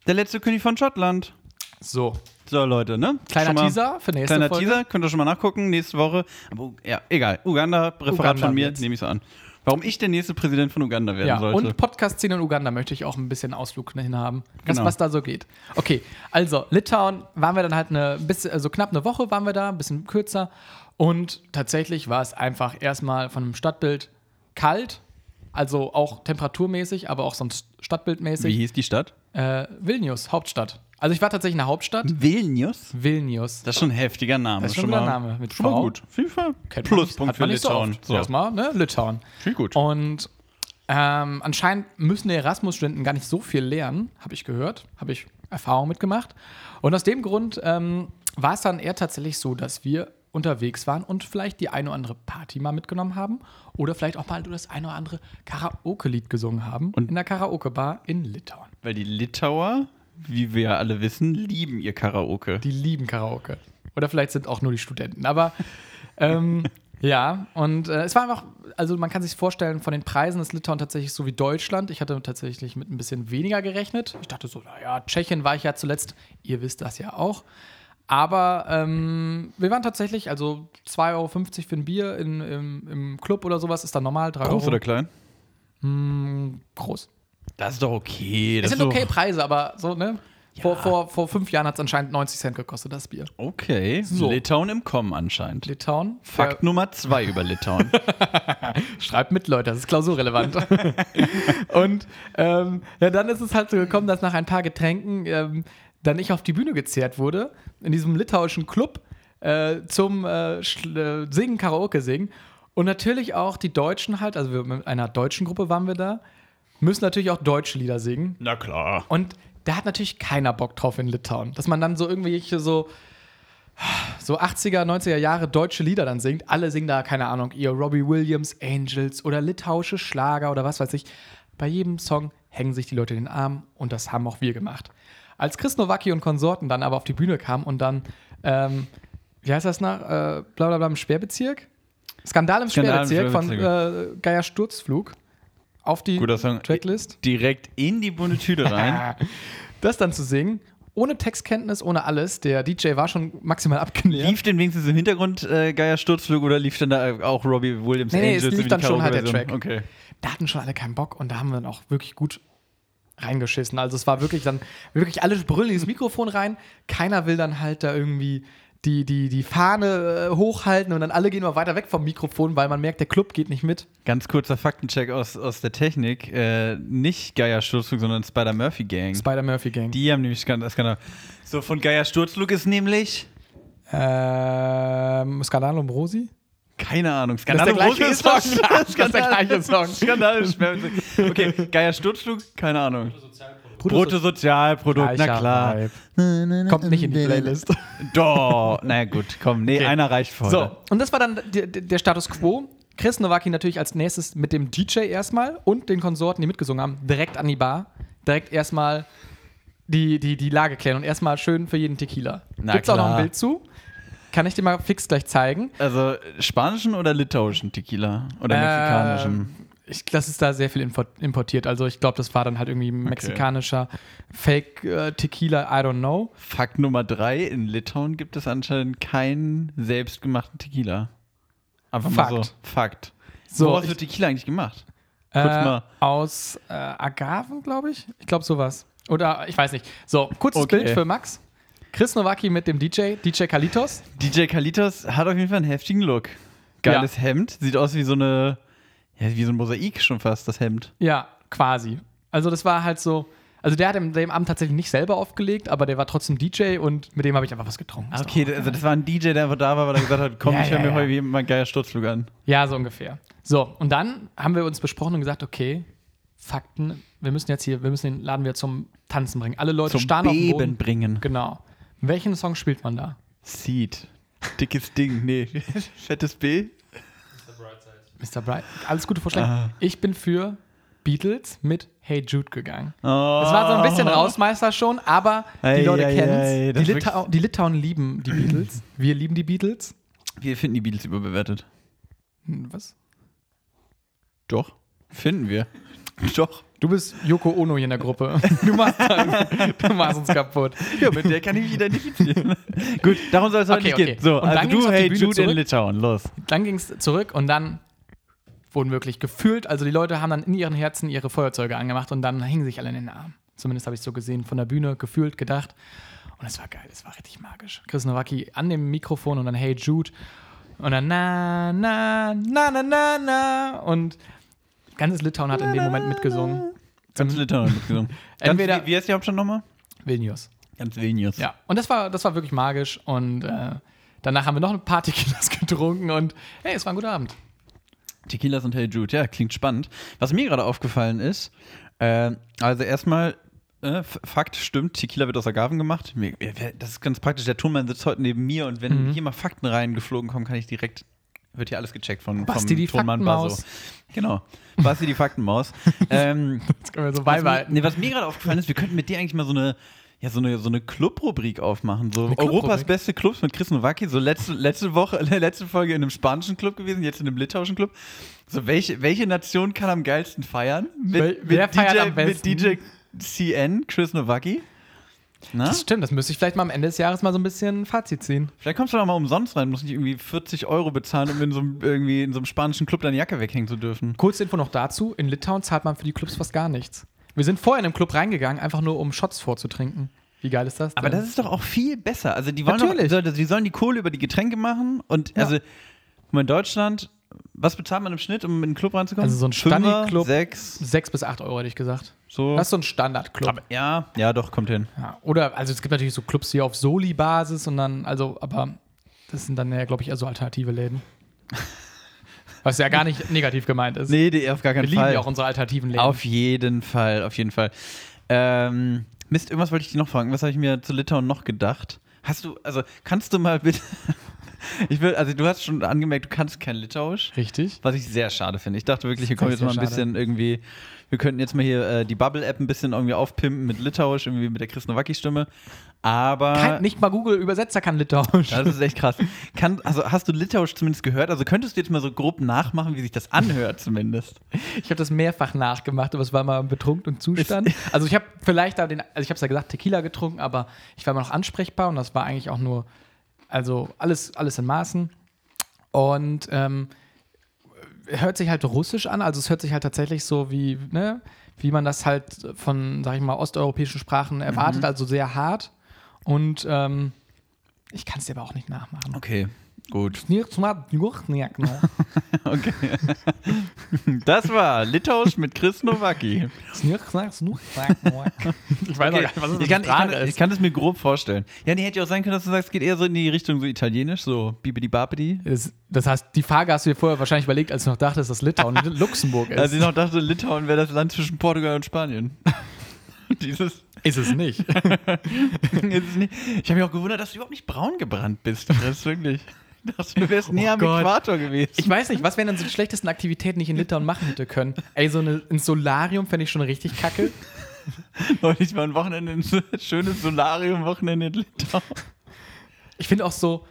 Der letzte König von Schottland. so, So, Leute, ne? kleiner Schon mal- Teaser für nächste Kleiner Folge. Teaser, könnt ihr schon mal nachgucken, nächste Woche. Aber ja, egal. Uganda, Referat Uganda von mir, jetzt. nehme ich so an. Warum ich der nächste Präsident von Uganda werden Ja, sollte. und Podcast-Szene in Uganda möchte ich auch ein bisschen Ausflug hin haben, was, Genau. was da so geht. Okay, also Litauen waren wir dann halt eine bisschen, also knapp eine Woche waren wir da, ein bisschen kürzer. Und tatsächlich war es einfach erstmal von einem Stadtbild kalt, Also auch temperaturmäßig, aber auch sonst Wie stadtbildmäßig. hieß die Stadt? Äh, Vilnius, Hauptstadt. Also ich war tatsächlich in der Hauptstadt. Vilnius? Vilnius. Das ist schon ein heftiger Name. Das ist schon ein guter Name. Mit schon mal V. gut. Auf jeden Fall. Kennt man nicht- Pluspunkt hat man für nicht so Litauen. oft. Erstmal, ne? Litauen. Viel gut. Und ähm, anscheinend müssen die Erasmus-Studenten gar nicht so viel lernen, habe ich gehört, habe ich Erfahrung mitgemacht. Und aus dem Grund ähm, war es dann eher tatsächlich so, dass wir unterwegs waren und vielleicht die eine oder andere Party mal mitgenommen haben oder vielleicht auch mal das eine oder andere Karaoke-Lied gesungen haben in der Karaoke-Bar in Litauen. Weil die Litauer, wie wir ja alle wissen, lieben ihr Karaoke. Die lieben Karaoke. Oder vielleicht sind auch nur die Studenten. Aber ähm, ja, und äh, es war einfach, also man kann sich vorstellen, von den Preisen ist Litauen tatsächlich so wie Deutschland. Ich hatte tatsächlich mit ein bisschen weniger gerechnet. Ich dachte so, naja, Tschechien war ich ja zuletzt. Ihr wisst das ja auch. Aber ähm, wir waren tatsächlich, also 2,50 Euro für ein Bier in, im, im Club oder sowas ist dann normal. 3 Groß Euro. oder klein? groß? Das ist doch okay. Es Das sind okay Preise, aber so, ne? Vor, vor, vor fünf Jahren hat es anscheinend 90 Cent gekostet, das Bier. Doch okay. So. Litauen im Kommen anscheinend. Litauen. Fakt Nummer zwei über Litauen. Schreibt mit, Leute, das ist klausurrelevant. und ähm, ja, dann ist es halt so gekommen, dass nach ein paar Getränken ähm, dann ich auf die Bühne gezerrt wurde, in diesem litauischen Club äh, zum äh, Schl- äh, Singen, Karaoke singen. Und natürlich auch die Deutschen halt, also wir, mit einer deutschen Gruppe waren wir da, müssen natürlich auch deutsche Lieder singen. Na klar. Und da hat natürlich keiner Bock drauf in Litauen. Dass man dann so irgendwelche so, so 80er, 90er Jahre deutsche Lieder dann singt. Alle singen da, keine Ahnung, ihr Robbie Williams, Angels oder litauische Schlager oder was weiß ich. Bei jedem Song hängen sich die Leute in den Arm und das haben auch wir gemacht. Als Chris Nowacki und Konsorten dann aber auf die Bühne kamen und dann, ähm, wie heißt das nach, äh, bla bla bla im Sperrbezirk? Skandal im Skandal im Sperrbezirk von äh, Geier Sturzflug auf die Guter Song. Tracklist Direkt in die bunte Tüte rein. das dann zu singen, ohne Textkenntnis, ohne alles. Der DJ war schon maximal abgenäht. Lief denn wenigstens im Hintergrund äh, Geier Sturzflug oder lief denn da auch Robbie Williams Nee, nee, Angels? es so lief wie die dann schon halt der Karaoke-Version? Okay. Da hatten schon alle keinen Bock und da haben wir dann auch wirklich gut reingeschissen. Also es war wirklich dann, wirklich alle brüllen ins Mikrofon rein. Keiner will dann halt da irgendwie die, die, die Fahne äh, hochhalten und dann alle gehen mal weiter weg vom Mikrofon, weil man merkt, der Club geht nicht mit. Ganz kurzer Faktencheck aus, aus der Technik. Äh, nicht Geier Sturzflug, sondern Spider-Murphy-Gang. Spider-Murphy-Gang. Hm. Die haben nämlich Skandal. Skandal. So, von Geier Sturzflug ist nämlich. Ähm, Scandalo Brosi? Keine Ahnung. Das ist der gleiche Rosenfeld- Song. Das ist der gleiche Song. Skandal ist schwer. Okay, Geier Sturzflug, keine Ahnung. Bruttosozialprodukt, na Gleicher klar. Vibe. Kommt nicht in die Playlist. Doch, na gut, komm. Nee, Okay. einer reicht voll. So, und das war dann der, der der Status Quo. Chris Nowacki natürlich als nächstes mit dem DJ erstmal und den Konsorten, die mitgesungen haben, direkt an die Bar. Direkt erstmal die, die, die Lage klären und erstmal schön für jeden Tequila. Na Gibt's auch noch klar. ein Bild zu? Kann ich dir mal fix gleich zeigen. Also spanischen oder litauischen Tequila? Äh, Oder mexikanischen? Ähm, ich, das ist da sehr viel info- importiert. Also ich glaube, das war dann halt irgendwie mexikanischer Fake-Tequila, I don't know. Fakt Nummer drei: In Litauen gibt es anscheinend keinen selbstgemachten Tequila. Einfach mal Fakt. so. Fakt. So, Woraus ich- wird Tequila eigentlich gemacht? Äh, Kurz mal. Aus äh, Agaven, glaube ich. Ich glaube, sowas. Oder ich weiß nicht. So, kurzes Okay. Bild für Max. Chris Nowacki mit dem DJ, DJ Kalitos. DJ Kalitos hat auf jeden Fall einen heftigen Look. Geiles Hemd, sieht aus wie so eine, ja, wie so ein Mosaik schon fast, das Hemd. Ja, quasi. Also, das war halt so. Also, der hat an dem Abend tatsächlich nicht selber aufgelegt, aber der war trotzdem DJ und mit dem habe ich einfach was getrunken. Ist Okay, also das war ein DJ, der einfach da war, weil er gesagt hat, komm, Ja, ich höre ja, mir ja. heute jemand mal einen geilen Sturzflug an. doch- Ja, so ungefähr. So, und dann haben wir uns besprochen und gesagt, okay, Fakten, wir müssen jetzt hier, wir müssen den Laden wieder zum Tanzen bringen. Alle Leute Zum starren auf den Beben Boden. bringen. Genau. Welchen Song spielt man da? Seed. Dickes Ding, nee. Fettes B. Mr. Bright, alles gute Vorschläge. Ah. Ich bin für Beatles mit Hey Jude gegangen. Oh. Es war so ein bisschen Rausmeister schon, aber die Ei, Leute ei, ei, kennen das es. Die, ist Litau die Litauen lieben die Beatles. Wir lieben die Beatles. Wir finden die Beatles überbewertet. Hm, Was? Doch. Finden wir. Doch. Du bist Yoko Ono hier in der Gruppe. Du machst, du machst uns kaputt. Ja, mit der kann ich mich identifizieren. Gut, darum soll es heute Okay, nicht okay. gehen. So, Und dann also ging's du, auf die hey Bühne Jude in zurück. Litauen, los. Dann ging es zurück und dann wurden wirklich gefühlt, also die Leute haben dann in ihren Herzen ihre Feuerzeuge angemacht und dann hingen sich alle in den Arm. Zumindest habe ich so gesehen, von der Bühne, gefühlt, gedacht. Und es war geil, es war richtig magisch. Chris Nowacki an dem Mikrofon und dann Hey Jude und dann na, na, na, na, na, na. Und ganzes Litauen hat in dem Moment mitgesungen. Ganz Ähm, Litauen mitgesungen. entweder- Ganz, wie, wie heißt die Hauptstadt nochmal? Vilnius. Ganz Vilnius. Ja, und das war, das war wirklich magisch. Und äh, danach haben wir noch ein paar Tequilas getrunken und hey, es war ein guter Abend. Tequilas und Hey Jude, ja, klingt spannend. Was mir gerade aufgefallen ist, äh, also erstmal, äh, F- Fakt stimmt, Tequila wird aus Agaven gemacht. Mir, äh, das ist ganz praktisch, der Tonmann sitzt heute neben mir und Mhm. wenn hier mal Fakten reingeflogen kommen, kann ich direkt, wird hier alles gecheckt von Basti die Faktenmaus. Genau, Basti die Faktenmaus. ähm, Das können wir so was, mir, beibehalten. nee, was mir gerade aufgefallen ist, wir könnten mit dir eigentlich mal so eine ja, so eine, so eine Club-Rubrik aufmachen. So Eine Club-Rubrik? Europas beste Clubs mit Chris Nowacki. So letzte, letzte Woche, letzte Folge in einem spanischen Club gewesen, jetzt in einem litauischen Club. So, welche, welche Nation kann am geilsten feiern? Wel- wer feiert DJ, am besten? Mit DJ CN, Chris Nowacki. Na? Das stimmt, das müsste ich vielleicht mal am Ende des Jahres mal so ein bisschen ein Fazit ziehen. Vielleicht kommst du doch mal umsonst rein, musst nicht irgendwie 40 Euro bezahlen, um in so einem, irgendwie in so einem spanischen Club deine Jacke weghängen zu dürfen. Kurze Info noch dazu: In Litauen zahlt man für die Clubs fast gar nichts. Wir sind vorher in einem Club reingegangen, einfach nur um Shots vorzutrinken. Wie geil ist das? Denn? Aber das ist doch auch viel besser. Also die wollen Natürlich. Doch, die sollen die Kohle über die Getränke machen und Ja. also guck mal, in Deutschland, was bezahlt man im Schnitt, um in den Club reinzukommen? Also so ein Stani-Club. sechs, 6 bis 8 Euro, hätte ich gesagt. so. Das ist so ein Standardclub. Aber, ja, ja, doch kommt hin. Ja, oder, also es gibt natürlich so Clubs hier auf Soli-Basis und dann, also, aber das sind dann ja, glaube ich, eher so alternative Läden. Was ja gar nicht negativ gemeint ist. Nee, die auf gar Wir keinen lieben Fall. ja auch unsere alternativen Läden. auf jeden Fall, auf jeden Fall. Ähm, Mist, irgendwas wollte ich dich noch fragen. Was habe ich mir zu Litauen noch gedacht? Hast du, also kannst du mal bitte? ich will, also du hast schon angemerkt, du kannst kein Litauisch. Richtig. Was ich sehr schade finde. Ich dachte wirklich, wir kommen Das jetzt ist mal ein sehr schade. bisschen irgendwie, wir könnten jetzt mal hier äh, die Bubble-App ein bisschen irgendwie aufpimpen mit Litauisch, irgendwie mit der Chris Nowacki-Stimme. Aber. Kein, nicht mal Google Übersetzer kann Litauisch. das ist echt krass. Kann, also hast du Litauisch zumindest gehört? Also könntest du jetzt mal so grob nachmachen, wie sich das anhört zumindest? Ich habe das mehrfach nachgemacht, aber es war mal im betrunkenen Zustand. Also ich habe vielleicht da den, also ich habe es ja gesagt, Tequila getrunken, aber ich war immer noch ansprechbar und das war eigentlich auch nur, also alles, alles in Maßen. Und ähm, hört sich halt russisch an, also es hört sich halt tatsächlich so wie, ne, wie man das halt von, sag ich mal, osteuropäischen Sprachen erwartet, also sehr hart. Und ähm, ich kann es dir aber auch nicht nachmachen. Okay, gut. Snirksmatnjurknjakno. Okay. das war Litauisch mit Chris Nowacki. Ich weiß auch gar nicht, was das ich, kann, ich, für eine kann, Sprache ich ist. kann es mir grob vorstellen. Ja, nee, hätte ja auch sein können, dass du sagst, es geht eher so in die Richtung so italienisch, so bibidi-babidi. Das, das heißt, die Frage hast du dir vorher wahrscheinlich überlegt, als du noch dachtest, dass Litauen Luxemburg ist. Als ich noch dachte, Litauen wäre das Land zwischen Portugal und Spanien. Dieses ist es nicht. ist nicht. Ich habe mich auch gewundert, dass du überhaupt nicht braun gebrannt bist. Das ist wirklich. Ich dachte, du wärst näher am Gott. Äquator gewesen. Ich weiß nicht, was wären denn so die schlechtesten Aktivitäten, die ich in Litauen machen hätte können? Ey, so eine, ein Solarium fände ich schon richtig kacke. Neulich war ein Wochenende ein so- schönes Solarium-Wochenende in Litauen. Ich finde auch so,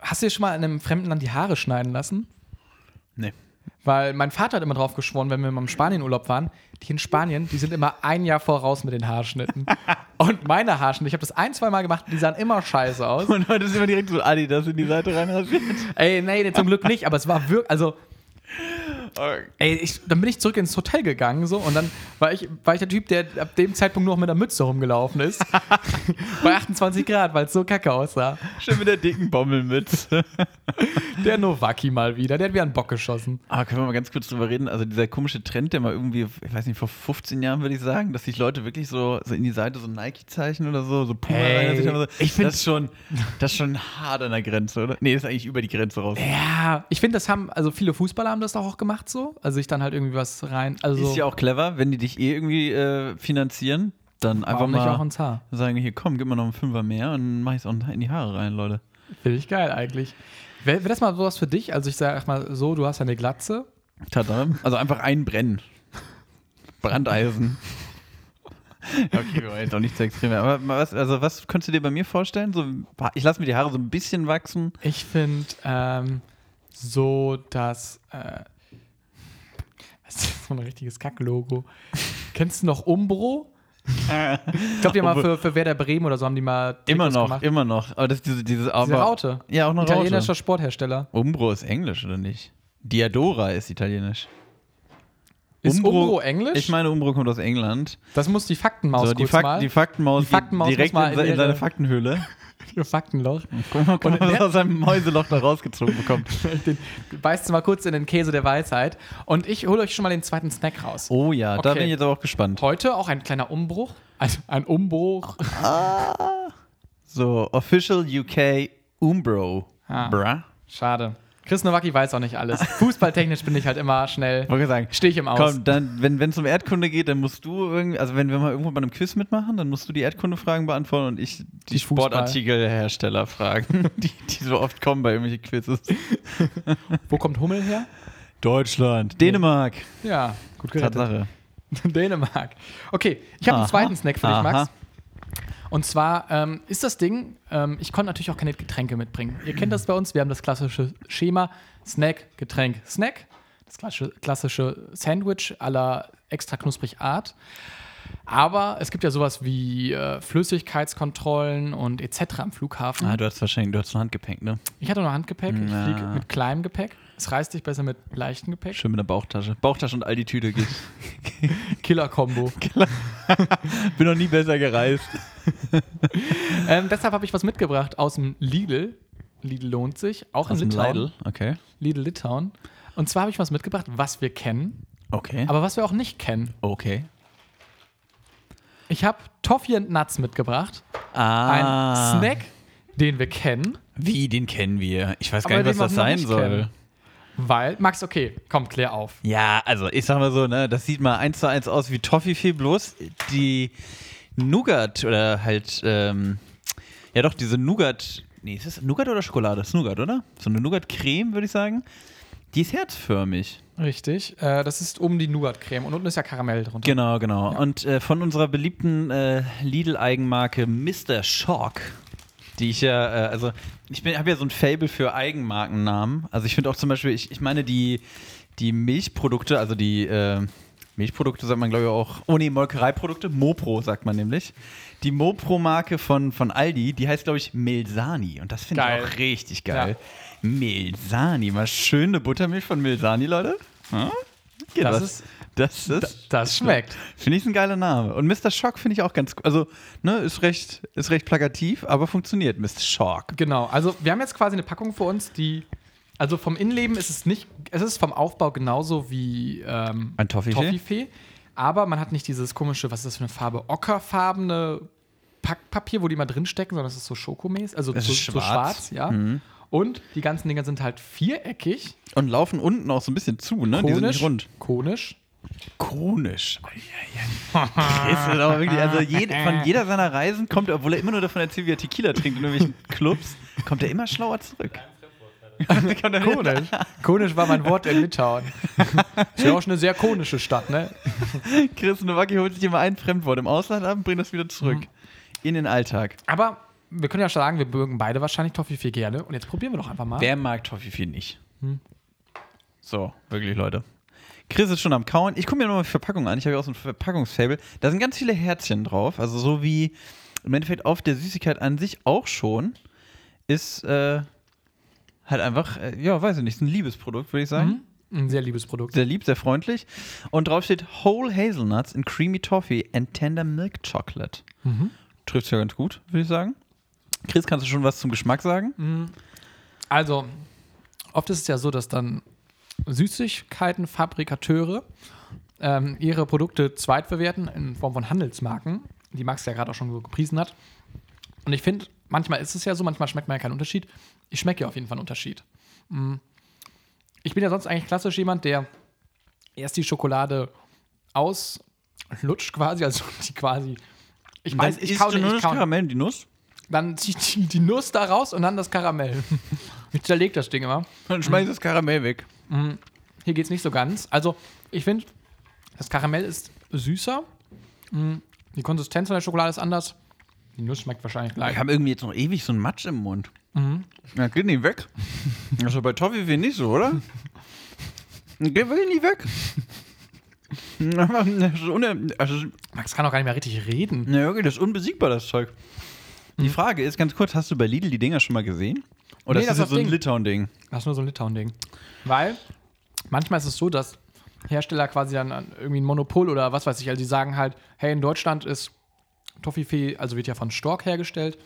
hast du dir schon mal in einem fremden Land die Haare schneiden lassen? Nee. Weil mein Vater hat immer drauf geschworen, wenn wir mal im Spanienurlaub waren, die in Spanien, die sind immer ein Jahr voraus mit den Haarschnitten. Und meine Haarschnitte, ich habe das ein, zwei Mal gemacht, die sahen immer scheiße aus. Und heute ist immer direkt so Adidas in die Seite reinrasiert. Ey, nee, zum Glück nicht, aber es war wirklich, also Ey, ich, dann bin ich zurück ins Hotel gegangen so und dann war ich, war ich der Typ, der ab dem Zeitpunkt nur noch mit der Mütze rumgelaufen ist. bei 28 Grad, weil es so kacke aussah. Schön mit der dicken Bommelmütze. Der Nowaki mal wieder, der hat wieder einen Bock geschossen. Ah, können wir mal ganz kurz drüber reden? Also dieser komische Trend, der mal irgendwie, ich weiß nicht, vor 15 Jahren würde ich sagen, dass sich Leute wirklich so, so in die Seite so Nike-Zeichen oder so, so Puma Ey, reinrasiert haben oder so. ich find- das ist schon, das ist schon hart an der Grenze, oder? Nee, das ist eigentlich über die Grenze raus. Ja, ich finde, das haben, also viele Fußballer haben das doch auch gemacht so. Also ich dann halt irgendwie was rein, also Ist ja auch clever, wenn die dich eh irgendwie äh, finanzieren, dann einfach warum nicht auch mal ins Haar? sagen, hier komm, gib mir noch einen Fünfer mehr und dann mach ich's auch in die Haare rein, Leute. Finde ich geil eigentlich. Wäre wär das mal sowas für dich? Also ich sag mal so, du hast ja eine Glatze. Tada. Also einfach einbrennen. Brandeisen. Okay, wir wollen jetzt auch nicht zu extrem. werden. Aber was, also was könntest du dir bei mir vorstellen? So, ich lasse mir die Haare so ein bisschen wachsen. Ich finde ähm, so, dass. Äh, was ist das für ein richtiges Kack-Logo? Kennst du noch Umbro? ich glaube, die haben mal für, für Werder Bremen oder so haben die mal. Trikots Immer noch, Gemacht. immer noch. Aber das ist diese, diese, Diese aber, Raute. Ja, auch noch Italienischer Raute. Sporthersteller. Umbro ist Englisch, oder nicht? Diadora ist italienisch. Ist Umbro, Englisch? Ich meine, Umbro kommt aus England. das muss die Faktenmaus so, die, kurz Fak mal. die Faktenmaus, Die Faktenmaus geht direkt muss mal in, se- in in seine ihre- Faktenhöhle. Faktenloch. Guck mal, Und guck mal, was der- er aus seinem Mäuseloch da rausgezogen bekommt. den, beißt mal kurz in den Käse der Weisheit. Und ich hole euch schon mal den zweiten Snack raus. Oh ja, da Okay. bin ich jetzt aber auch gespannt. Heute auch ein kleiner Umbruch. Also ein Umbruch. Ah. So, Official UK Umbro. Ah. Bra. Schade. Chris Nowacki weiß auch nicht alles. Fußballtechnisch bin ich halt immer schnell. Wollte sagen, Stehe ich im Aus. Komm, dann, wenn es um Erdkunde geht, dann musst du irgendwie, also wenn wir mal irgendwo bei einem Quiz mitmachen, dann musst du die Erdkunde-Fragen beantworten und ich die, Die Fußball. Sportartikelhersteller fragen, die, die so oft kommen bei irgendwelchen Quizzes. Wo kommt Hummel her? Deutschland. Dänemark. Ja, gut gerettet. Tatsache. Dänemark. Okay, ich habe einen Aha. zweiten Snack für dich, Max. Aha. Und zwar ähm, ist das Ding, ähm, ich konnte natürlich auch keine Getränke mitbringen. Ihr kennt das bei uns, wir haben das klassische Schema: Snack, Getränk, Snack. Das klassische, klassische Sandwich aller extra knusprig Art. Aber es gibt ja sowas wie äh, Flüssigkeitskontrollen und etc. am Flughafen. Ah, du hast wahrscheinlich, du hast ein Handgepäck, ne? Ich hatte nur Handgepäck, ich Na. fliege mit kleinem Gepäck. Es reißt dich besser mit leichtem Gepäck. Schön mit der Bauchtasche. Bauchtasche und all die Tüte geht. Killer-Kombo. Bin noch nie besser gereist. ähm, deshalb habe ich was mitgebracht aus dem Lidl. Lidl lohnt sich, auch in Litauen. Lidl. Okay. Litauen. Und zwar habe ich was mitgebracht, was wir kennen, Okay. aber was wir auch nicht kennen. okay. Ich habe Toffee and Nuts mitgebracht. Ein Ah. Snack, den wir kennen, Wie, den kennen wir. Ich weiß Aber gar nicht, was das den wir noch sein nicht soll. kennen. weil. Max, okay, komm, klär auf. Ja, also ich sag mal so, ne, das sieht mal eins zu eins aus wie Toffifee, bloß die Nougat oder halt, ähm, ja doch, diese Nougat, nee, ist es Nougat oder Schokolade? Das ist Nougat, oder? So eine Nougat-Creme, würde ich sagen. Die ist herzförmig. Richtig. Äh, das ist oben die Nougat-Creme und unten ist ja Karamell drunter. Genau, genau. Und äh, von unserer beliebten äh, Lidl-Eigenmarke Mr. Shock, die ich ja, äh, also ich habe ja so ein Fable für Eigenmarkennamen. Also ich finde auch zum Beispiel, ich, ich meine die, die Milchprodukte, also die äh, Milchprodukte sagt man glaube ich auch, oh nee, Molkereiprodukte, Mopro sagt man nämlich. Die Mopro-Marke von, von Aldi, die heißt glaube ich Milsani und das finde Geil. ich auch richtig geil. Milsani, mal schöne Buttermilch von Milsani, Leute. Hm? Geht Das was? ist- das ist Das schmeckt. Finde ich ist ein geiler Name. Und Mr. Shock finde ich auch ganz cool. Also, ne, ist recht, ist recht plakativ, aber funktioniert. Mr. Shock. Genau, also wir haben jetzt quasi eine Packung vor uns, die. Also vom Innenleben ist es nicht. Es ist vom Aufbau genauso wie ähm, Ein Toffifee? Aber man hat nicht dieses komische, was ist das für eine Farbe? Ockerfarbene Packpapier, wo die immer drinstecken, sondern es ist so schokomäßig. Also Es so, ist so schwarz. Mhm. schwarz, ja. Und die ganzen Dinger sind halt viereckig. Und laufen unten auch so ein bisschen zu, ne? Die sind nicht rund. Konisch. Konisch. Chris ist auch wirklich, also jed, von jeder seiner Reisen kommt, er, obwohl er immer nur davon erzählt, wie er Tequila trinkt in irgendwelchen Clubs, kommt er immer schlauer zurück. Kommt er- Konisch. konisch war mein Wort in Litauen. ist ja auch schon eine sehr konische Stadt, ne? Chris Nowacki holt sich immer ein Fremdwort im Ausland ab und bringt das wieder zurück. In den Alltag. Aber wir können ja schon sagen, wir mögen beide wahrscheinlich Toffifee gerne. Und jetzt probieren wir doch einfach mal. Wer mag Toffifee nicht? Hm. So, wirklich, Leute. Chris ist schon am Kauen. Ich gucke mir nochmal die Verpackung an. Ich habe ja auch so ein Verpackungsfable. Da sind ganz viele Herzchen drauf. Also so wie im Endeffekt auf der Süßigkeit an sich auch schon ist äh, halt einfach, äh, ja, weiß ich nicht, ist ein Liebesprodukt, würde ich sagen. Mhm. Ein sehr liebes Produkt. Sehr lieb, sehr freundlich. Und drauf steht Whole Hazelnuts in Creamy Toffee and Tender Milk Chocolate. Mhm. Trifft ja ganz gut, würde ich sagen. Chris, kannst du schon was zum Geschmack sagen? Mhm. Also, oft ist es ja so, dass dann Süßigkeitenfabrikateure ähm, ihre Produkte zweitverwerten in Form von Handelsmarken, die Max ja gerade auch schon so gepriesen hat. Und ich finde, manchmal ist es ja so, manchmal schmeckt man ja keinen Unterschied. Ich schmecke ja auf jeden Fall einen Unterschied. Mm. Ich bin ja sonst eigentlich klassisch jemand, der erst die Schokolade auslutscht quasi, also die quasi. Ich weiß, Also ich isst kau du nicht, nur ich das kau nicht. Karamell und die Nuss. Dann zieht die, die Nuss da raus und dann das Karamell. Ich zerleg das Ding immer. Dann schmeiß das Karamell weg. Hier geht es nicht so ganz. Also, ich finde, das Karamell ist süßer. Mm, Die Konsistenz von der Schokolade ist anders. Die Nuss schmeckt wahrscheinlich Ich gleich. habe irgendwie jetzt noch ewig so einen Matsch im Mund. Mhm. Ja, geht nicht weg. Das ist doch bei Toffifee nicht so, oder? Geht wirklich nicht weg. Das ist, une das, ist, Max kann auch gar nicht mehr richtig reden. na, wirklich, das ist unbesiegbar, das Zeug. Die Frage ist ganz kurz: Hast du bei Lidl die Dinger schon mal gesehen? Oder Mhm. Nee, ist das, das jetzt so ein Ding. Litauen-Ding? Das ist nur so ein Litauen-Ding. Weil manchmal ist es so, dass Hersteller quasi dann an irgendwie ein Monopol oder was weiß ich, also die sagen halt, hey, in Deutschland ist Toffifee, also wird ja von Stork hergestellt.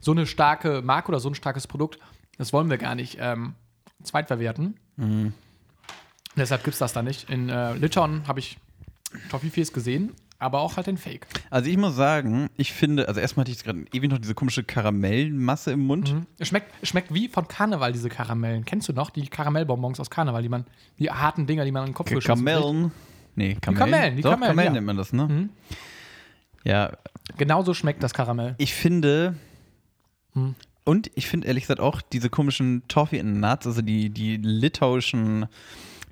so eine starke Marke oder so ein starkes Produkt, das wollen wir gar nicht ähm, zweitverwerten. Deshalb gibt es das da nicht. In äh, Litauen habe ich Toffifees gesehen, aber auch halt den Fake. Also ich muss sagen, ich finde, also erstmal hatte ich jetzt gerade ewig noch diese komische Karamellmasse im Mund. Es schmeckt, es schmeckt wie von Karneval, diese Karamellen. Kennst du noch die Karamellbonbons aus Karneval, die man, die harten Dinger, die man an den Kopf Ka- geschossen kriegt? Kamellen. Nee, Kamellen. Kamellen, die Doch, Kamellen, Kamellen, ja. nennt Mhm. man das, ne? Ja, Genauso schmeckt das Karamell. ich finde. Und ich finde ehrlich gesagt auch diese komischen Toffee in Nuts, also die, die litauischen,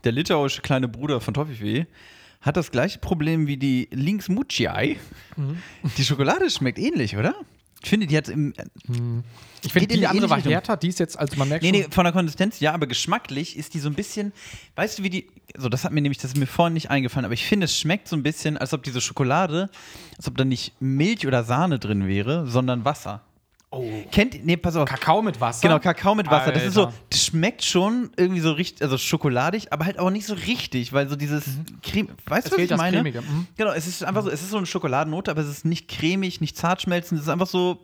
der litauische kleine Bruder von Toffifee, hat das gleiche Problem wie die Links Muciai. Die Schokolade schmeckt ähnlich, oder? Ich finde, die hat im. Ich finde, Geht in die eine andere ähnliche war Richtung. härter, die ist jetzt, also man merkt Nee, nee, schon, von der Konsistenz ja, aber geschmacklich ist die so ein bisschen, weißt du, wie die, so das hat mir nämlich, das ist mir vorhin nicht eingefallen, aber ich finde, es schmeckt so ein bisschen, als ob diese Schokolade, als ob da nicht Milch oder Sahne drin wäre, sondern Wasser. oh, Kennt, nee, pass auf. Kakao mit Wasser. Genau, Kakao mit Wasser. Das ist so, Alter. das schmeckt schon irgendwie so richtig, also schokoladig, aber halt auch nicht so richtig, weil so dieses Creme, weißt Mhm. Es du, was fehlt ich das meine? Cremige, mhm. Genau, es ist einfach so, es ist so eine Schokoladennote, aber es ist nicht cremig, nicht zartschmelzend, es ist einfach so,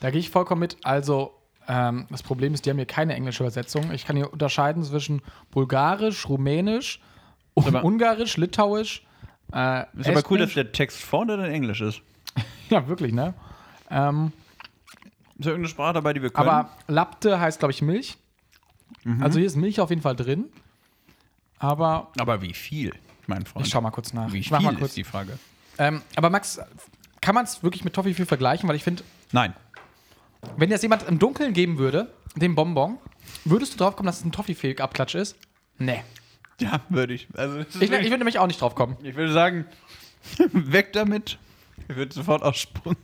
Da gehe ich vollkommen mit. Also, ähm, das Problem ist, die haben hier keine englische Übersetzung. Ich kann hier unterscheiden zwischen Bulgarisch, Rumänisch, Aber- Ungarisch, Litauisch. Äh, ist aber cool, dass Estnisch. der Text vorne dann Englisch ist. Ja, wirklich, ne? Ähm, Ist ja irgendeine Sprache dabei, die wir können. aber Lapte heißt, glaube ich, Milch. Mhm. Also hier ist Milch auf jeden Fall drin. Aber Aber wie viel, mein Freund? ich schau mal kurz nach. Wie ich viel mal kurz. ist die Frage? Ähm, aber Max, kann man es wirklich mit Toffifee vergleichen? Weil ich finde, Nein. wenn das jemand im Dunkeln geben würde, den Bonbon, würdest du drauf kommen, dass es ein Toffifee-Abklatsch ist? Nee. Ja, würde ich. Also, Ich, ich würde nämlich auch nicht drauf kommen. ich würde sagen, weg damit. Ich würde sofort aussprungen.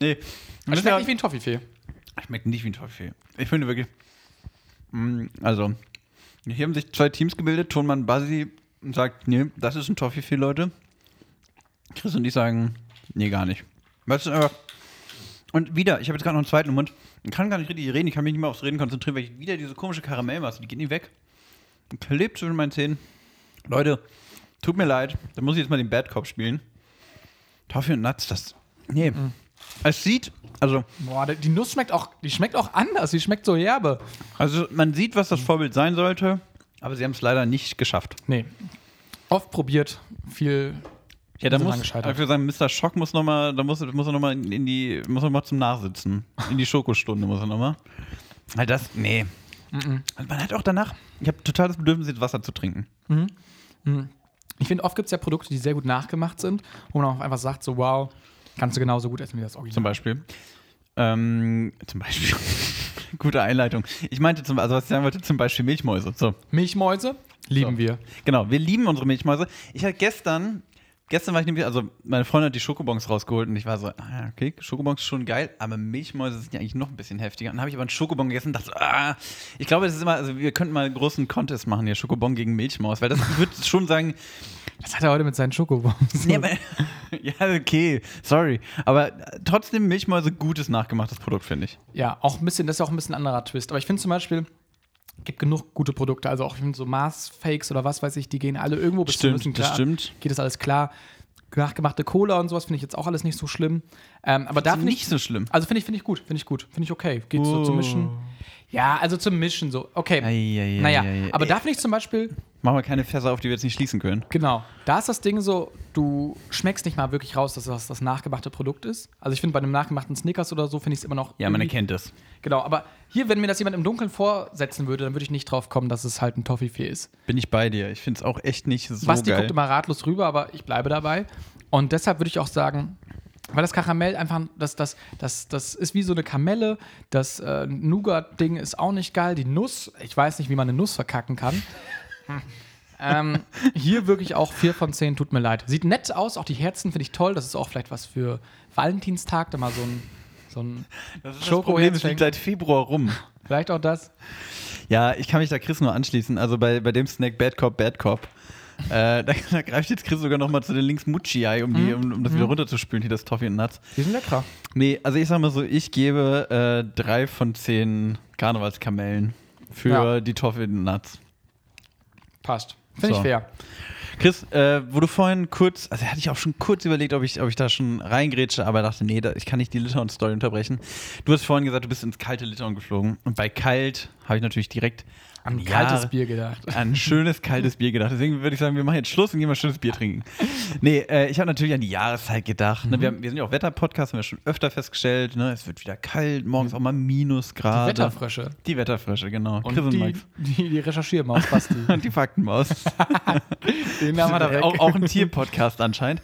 Nee. Das schmeckt nicht wie ein Toffifee. Schmeckt nicht wie ein Toffee. Ich finde wirklich. Mm, Also, hier haben sich zwei Teams gebildet. Tonmann Basi sagt, nee, das ist ein Toffee, Leute. Chris und ich sagen, nee, gar nicht. Weißt du, aber. Und wieder, ich habe jetzt gerade noch einen zweiten im Mund. Ich kann gar nicht richtig reden, ich kann mich nicht mehr aufs Reden konzentrieren, weil ich wieder diese komische Karamellmasse, die geht nie weg. Und klebt zwischen meinen Zähnen. Leute, tut mir leid, da muss ich jetzt mal den Bad Cop spielen. Toffee und Nuts, das. Nee. Es sieht, also Boah, die- die Nuss schmeckt auch, die schmeckt auch anders. Die schmeckt so herbe. Also man sieht, was das Vorbild sein sollte, aber sie haben es leider nicht geschafft. Nee. Oft probiert, viel. Ja, da Sind dran muss ich gescheitert. würde sagen, Mr. Schock muss noch mal, da muss, muss er noch mal in die, muss er noch mal zum Nachsitzen, in die Schokostunde muss er noch mal. Weil das, nee. Und man hat auch danach, ich habe total das Bedürfnis, jetzt Wasser zu trinken. Ich finde, oft gibt es ja Produkte, die sehr gut nachgemacht sind, wo man auch einfach sagt, so wow, kannst du genauso gut essen wie das Zum Original. Beispiel. Ähm, zum Beispiel. Gute Einleitung. Ich meinte zum, also was ich sagen wollte, zum Beispiel Milchmäuse. So. Milchmäuse lieben So. wir. Genau, wir lieben unsere Milchmäuse. Ich hatte gestern, gestern war ich nämlich, also meine Freundin hat die Schokobons rausgeholt und ich war so, ah, okay, Schokobons schon geil, aber Milchmäuse sind ja eigentlich noch ein bisschen heftiger. Und dann habe ich aber einen Schokobon gegessen und dachte, so, ah, ich glaube, das ist immer, also wir könnten mal einen großen Contest machen hier, Schokobon gegen Milchmaus, weil das, ich würde schon sagen, Das hat er heute mit seinen Schokobombs. nee, aber, ja, okay, sorry, aber trotzdem Milchmäuse gutes nachgemachtes Produkt, finde ich. Ja, auch ein bisschen, das ist ja auch ein bisschen ein anderer Twist. Aber ich finde zum Beispiel, gibt genug gute Produkte. Also auch ich find so Mars-Fakes oder was weiß ich, die gehen alle irgendwo bis Stimmt, zum Müssen das klar. stimmt. Geht das alles klar. Nachgemachte Cola und sowas finde ich jetzt auch alles nicht so schlimm. Ähm, aber darf nicht. nicht so schlimm. Also finde ich, finde ich gut, finde ich gut, finde ich okay. Geht so zum Mischen. Ja, also zum Mischen so. Okay. Uh. Ei, ei, ei, naja, ei, ei. aber darf nicht zum Beispiel, Machen wir keine Fässer auf, die wir jetzt nicht schließen können. genau, da ist das Ding so, du schmeckst nicht mal wirklich raus, dass das das nachgemachte Produkt ist. Also ich finde bei einem nachgemachten Snickers oder so finde ich es immer noch. Ja, man irgendwie- erkennt es. Genau, aber hier, wenn mir das jemand im Dunkeln vorsetzen würde, dann würde ich nicht drauf kommen, dass es halt ein Toffifee ist. Bin ich bei dir. Ich finde es auch echt nicht so Basti geil. guckt immer ratlos rüber, aber ich bleibe dabei. Und deshalb würde ich auch sagen, weil das Karamell einfach, das, das, das, das ist wie so eine Kamelle. Das äh, Nougat-Ding ist auch nicht geil. Die Nuss, ich weiß nicht, wie man eine Nuss verkacken kann. ähm, hier wirklich auch 4 von 10, tut mir leid. Sieht nett aus, auch die Herzen finde ich toll. Das ist auch vielleicht was für Valentinstag, da mal so ein, so ein Das ist Schoko das Problem, es herstellen. liegt seit Februar rum. vielleicht auch das. Ja, ich kann mich da Chris nur anschließen. Also bei, bei dem Snack Bad Cop, Bad Cop. Äh, da, da greift jetzt Chris sogar nochmal zu den Links Mucci-Ei, um, die- um, um das wieder runterzuspülen, hier das Toffee und Nuts. Die sind lecker. Nee, also ich sag mal so, ich gebe äh, drei von zehn Karnevalskamellen für Ja. die Toffee und Nuts. Passt. Finde ich So. fair. Chris, äh, wo du vorhin kurz, also hatte ich auch schon kurz überlegt, ob ich, ob ich da schon reingrätsche, aber dachte, nee, da, ich kann nicht die Litauen-Story unterbrechen. Du hast vorhin gesagt, du bist ins kalte Litauen geflogen. Und bei kalt habe ich natürlich direkt An Jahre- kaltes Bier gedacht. an schönes kaltes Bier gedacht. Deswegen würde ich sagen, wir machen jetzt Schluss und gehen mal schönes Bier trinken. Nee, äh, ich habe natürlich an die Jahreszeit gedacht. Mhm. Ne? Wir, haben, wir sind ja auch Wetterpodcast, haben wir schon öfter festgestellt. Ne? Es wird wieder kalt, morgens auch mal Minusgrade. Mhm. Wetterfrösche. Die Wetterfrösche, genau. Und Chris und die, Max. die, die Recherchiermaus, Basti. Und die Faktenmaus. Den Namen hat er weg. Auch, auch ein Tierpodcast anscheinend.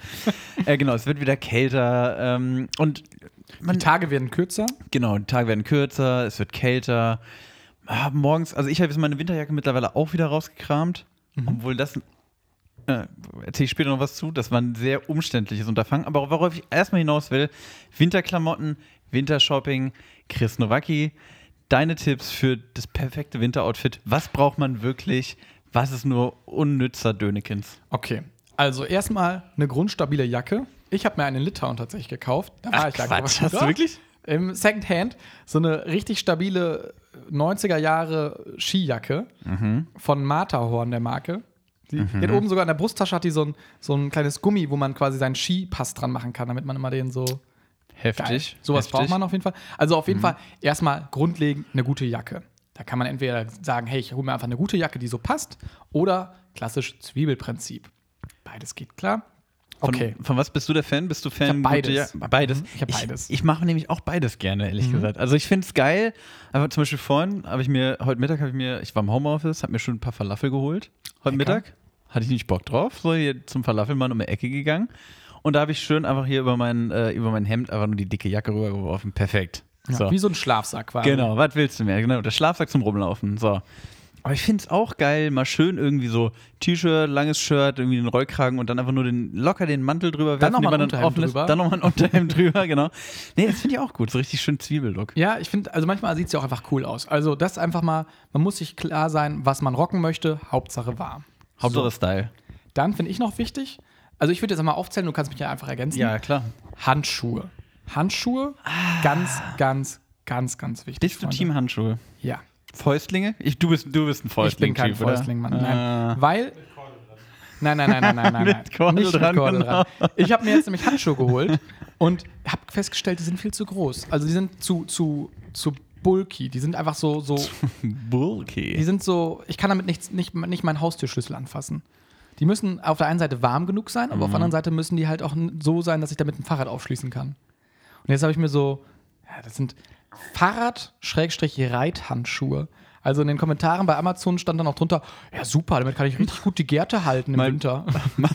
äh, genau, es wird wieder kälter. Ähm, und die Tage werden kürzer. Genau, die Tage werden kürzer, es wird kälter. Ah, morgens, also ich habe jetzt meine Winterjacke mittlerweile auch wieder rausgekramt, obwohl das. Äh, Erzähle ich später noch was zu, das war ein sehr umständliches Unterfangen. Aber worauf ich erstmal hinaus will: Winterklamotten, Wintershopping, Chris Nowacki, deine Tipps für das perfekte Winteroutfit. Was braucht man wirklich? Was ist nur unnützer Dönekins? Okay. Also erstmal eine grundstabile Jacke. Ich habe mir eine in Litauen tatsächlich gekauft. Da war ich da Quatsch, gekauft. hast du Doch. wirklich? Im Secondhand so eine richtig stabile 90er Jahre Skijacke von Matterhorn der Marke. Die, die hat oben sogar in der Brusttasche hat die so ein, so ein kleines Gummi, wo man quasi seinen Skipass dran machen kann, damit man immer den so Heftig. Sowas heftig. Mhm. braucht man auf jeden Fall. Also auf jeden Fall erstmal grundlegend eine gute Jacke. Da kann man entweder sagen, hey, ich hole mir einfach eine gute Jacke, die so passt, oder klassisch Zwiebelprinzip. Beides geht klar. Von, Okay. Von was bist du der Fan? Bist du Fan? hab gute beides. Mhm. Ja beides. Ich hab beides. Mhm. Ich, mache nämlich auch beides gerne, ehrlich gesagt. Also ich finde es geil. Aber zum Beispiel vorhin habe ich mir, heute Mittag habe ich mir, ich war im Homeoffice, habe mir schon ein paar Falafel geholt. Heute Lecker. Mittag hatte ich nicht Bock drauf, so hier zum Falafelmann um die Ecke gegangen. Und da habe ich schön einfach hier über mein, äh, über mein Hemd einfach nur die dicke Jacke rübergeworfen. Perfekt. Ja, so. Wie so ein Schlafsack quasi. Genau, was willst du mehr? Genau, der Schlafsack zum Rumlaufen. So. Aber ich finde es auch geil, mal schön irgendwie so T-Shirt, langes Shirt, irgendwie den Rollkragen und dann einfach nur den, locker den Mantel drüber Dann noch den mal ein man Unterhemd offen lässt. drüber. Dann nochmal ein Unterhemd drüber, genau. Nee, das finde ich auch gut, so richtig schön Zwiebellook. Ja, ich finde, also manchmal sieht es ja auch einfach cool aus. Also das einfach mal, man muss sich klar sein, was man rocken möchte, Hauptsache warm. Hauptsache Style. Dann finde ich noch wichtig, also ich würde jetzt einmal aufzählen, du kannst mich ja einfach ergänzen. klar. Handschuhe. Handschuhe, ganz, ganz, ganz, ganz wichtig. Ah. Bist du Freunde. Team Handschuhe? Ja. Fäustlinge? Ich, du, bist, du bist ein Ich bin Fäustling. kein Fäustling, Mann. Nein. Weil. Nein, nein, nein, nein, nein, nein. Ah. Mit Kordel Nicht dran, Kordel genau. dran. Ich habe mir jetzt nämlich Handschuhe geholt und habe festgestellt, die sind viel zu groß. Also die sind zu, zu, zu bulky. Die sind einfach so, so, Ah, die Bulky. sind so, ich kann damit nichts, nicht, nicht meinen Haustürschlüssel anfassen. Die müssen auf der einen Seite warm genug sein, aber auf der anderen Seite müssen die halt auch n- so sein, dass ich damit ein Fahrrad aufschließen kann. Und jetzt habe ich mir so, ja, das sind Fahrrad-Reithandschuhe. Also in den Kommentaren bei Amazon stand dann auch drunter, ja super, damit kann ich richtig gut die Gärte halten im Mein- Winter.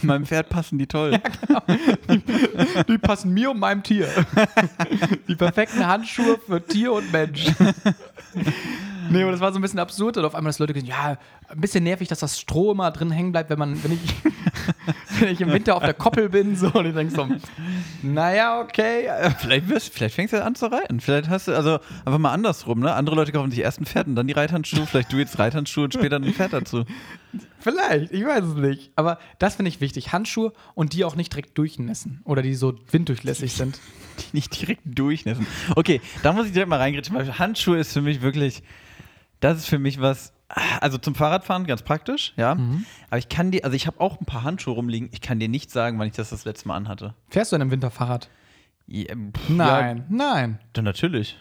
Meinem Pferd passen die toll. Die passen mir und meinem Tier. Die perfekten Handschuhe für Tier und Mensch. Nee, aber das war so ein bisschen absurd. Und auf einmal, dass Leute gesagt haben, ja, ein bisschen nervig, dass das Stroh immer drin hängen bleibt, wenn, man, wenn, ich, wenn ich im Winter auf der Koppel bin. So, und ich denke so, naja, okay. äh, Vielleicht, wirst, vielleicht fängst du ja an zu reiten. Vielleicht hast du, also einfach mal andersrum, ne? Andere Leute kaufen sich erst ein Pferd und dann die Reithandschuhe. Vielleicht du jetzt Reithandschuhe und später ein Pferd dazu. Vielleicht, ich weiß es nicht. Aber das finde ich wichtig. Handschuhe und die auch nicht direkt durchnässen. Oder die so winddurchlässig sind. Die nicht direkt durchnässen. Okay, da muss ich direkt mal reingreifen. weil Handschuhe ist für mich wirklich, das ist für mich was, also zum Fahrradfahren ganz praktisch, ja. Mhm. Aber ich kann dir, also ich habe auch ein paar Handschuhe rumliegen. Ich kann dir nicht sagen, wann ich das das letzte Mal anhatte. Fährst du denn im Winterfahrrad? Ja, pff, Ja, Nein, nein. dann natürlich.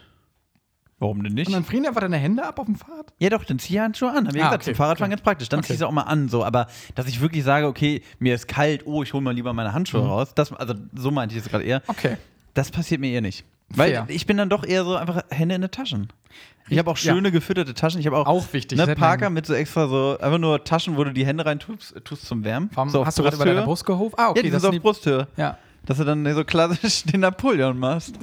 Warum denn nicht? Und dann frieren dir einfach deine Hände ab auf dem Fahrrad? Ja, doch, dann zieh ich Handschuhe an. Hab ich Ah, gesagt, okay, zum Fahrradfahren okay. ganz praktisch. Dann Okay. zieh ich sie auch mal an, so. Aber dass ich wirklich sage, okay, mir ist kalt, oh, ich hole mal lieber meine Mhm. Handschuhe raus. Das, also, so meinte ich es gerade eher. Okay. Das passiert mir eher nicht. Weil Fair. ich bin dann doch eher so einfach Hände in den Taschen. Ich habe auch Ja. schöne gefütterte Taschen. Ich habe auch, Auch wichtig, das ne, hätte man- Parker mit so extra so, einfach nur Taschen, wo du die Hände rein tust, tust zum Wärmen. Warum so auf hast du gerade über deine Brusthöhe. Brust gehoben? Ah, Ja, okay, die das sind auf sind die- Brusthöhe. Ja. Dass du dann so klassisch den Napoleon machst.